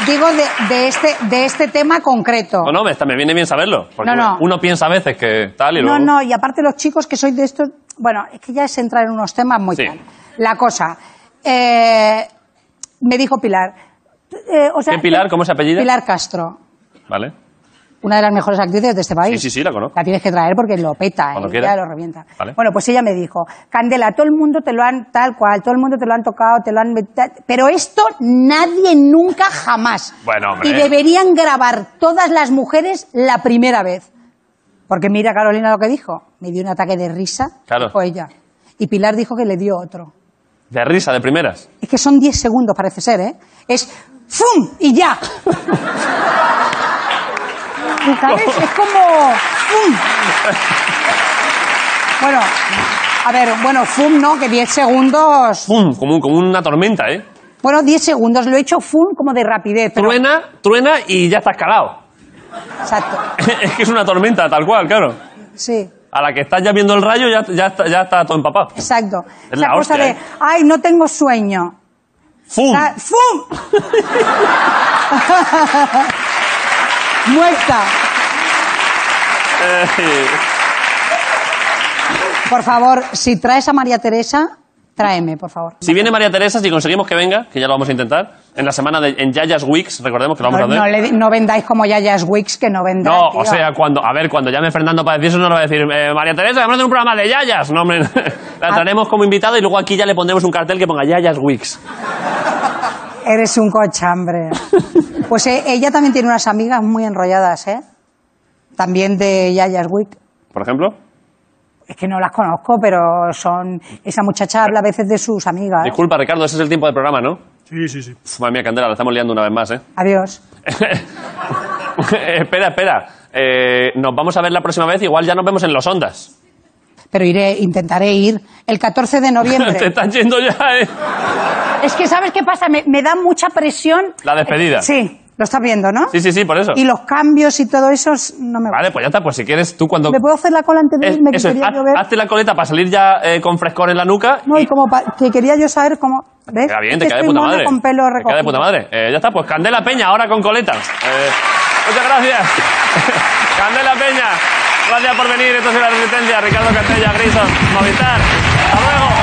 digo de, de este, de este tema concreto.
No, no, me, está- me viene bien saberlo. Porque
No, no.
uno piensa a veces que tal y
No,
luego...
no, y aparte los chicos que sois de estos, bueno, es que ya es entrar en unos temas muy
Sí.
tal. La cosa, eh, me dijo Pilar, eh, o sea,
¿Qué Pilar? ¿Cómo se apellida?
Pilar Castro,
Vale.
una de las mejores actrices de este país.
Sí, sí, sí, la conozco.
La tienes que traer porque lo peta,
Cuando
eh,
quiera.
ya lo revienta.
Vale.
Bueno, pues ella me dijo, Candela, todo el mundo te lo han tal cual, todo el mundo te lo han tocado, te lo han metido, pero esto nadie nunca jamás.
Bueno, hombre.
Y deberían grabar todas las mujeres la primera vez. Porque mira Carolina lo que dijo, me dio un ataque de risa,
Claro.
dijo ella. Y Pilar dijo que le dio otro.
De risa, de primeras.
Es que son 10 segundos, parece ser, ¿eh? Es ¡fum!
[laughs]
y ya. ¿Sabes? Es como ¡fum! Bueno, a ver, bueno, ¡fum! no, que 10 segundos.
¡Pum! Como, un- como una tormenta, ¿eh?
Bueno, 10 segundos, lo he hecho ¡fum! como de rapidez. pero-
Truena, truena y ya estás calado.
Exacto,
[laughs] es que es una tormenta, tal cual, claro.
sí.
A la que estás ya viendo el rayo ya, ya, está, ya está todo empapado.
Exacto.
Es
Esa
la
cosa
hostia,
de,
¿eh?
ay, no tengo sueño.
¡Fum!
Ah, ¡Fum! Muerta.
Eh.
Por favor, si traes a María Teresa, tráeme, por favor.
Si viene María Teresa, si conseguimos que venga, que ya lo vamos a intentar, en la semana de en Yayas Weeks, recordemos que lo vamos
No,
a hacer.
no le- no vendáis como Yayas Wicks, que no vendáis.
No, o sea, cuando, a ver, cuando llame Fernando para decir eso, no le va a decir, eh, María Teresa, vamos a hacer un programa de Yayas. No, hombre, [laughs] la
Ah.
traeremos como invitada y luego aquí ya le pondremos un cartel que ponga Yayas Weeks.
Eres
[laughs]
un cochambre. Pues eh, ella también tiene unas amigas muy enrolladas, ¿eh? También de Yayas Wick.
Por ejemplo,
Es que no las conozco, pero son. Esa muchacha habla a veces de sus amigas.
disculpa Ricardo, ese es el tiempo del programa, ¿no?
Sí, sí, sí.
Uf, madre mía, Candela, la estamos liando una vez más, ¿eh? [laughs]
Adiós.
espera, espera. Eh, nos vamos a ver la próxima vez, igual ya nos vemos en los Ondas.
Pero iré, intentaré ir el 14 de
[laughs] Te
noviembre.
estás yendo ya, ¿eh?
es que, ¿sabes qué pasa? Me, me da mucha presión.
La despedida.
Sí, lo estás viendo, ¿no?
Sí, sí, sí, por eso.
Y los cambios y todo eso s- no me
Vale, pues ya está, pues si quieres, tú cuando...
¿Me puedo hacer la cola antes de
Es-
irme? Que
eso es,
quería
haz-
yo ver.
hazte la coleta para salir ya eh, con frescor en la nuca
No, y como pa- que quería yo saber cómo. ¿Ves?
Queda bien,
Es
te
que
queda de
estoy
puta
mona
madre.
Con pelo
Te queda de
recogido.
puta madre. Eh, ya está, pues Candela Peña, ahora con coletas. Eh, muchas gracias. [laughs] Candela Peña, gracias por venir. Esto es La Resistencia. Ricardo Castella, Grison, Movistar. Hasta luego.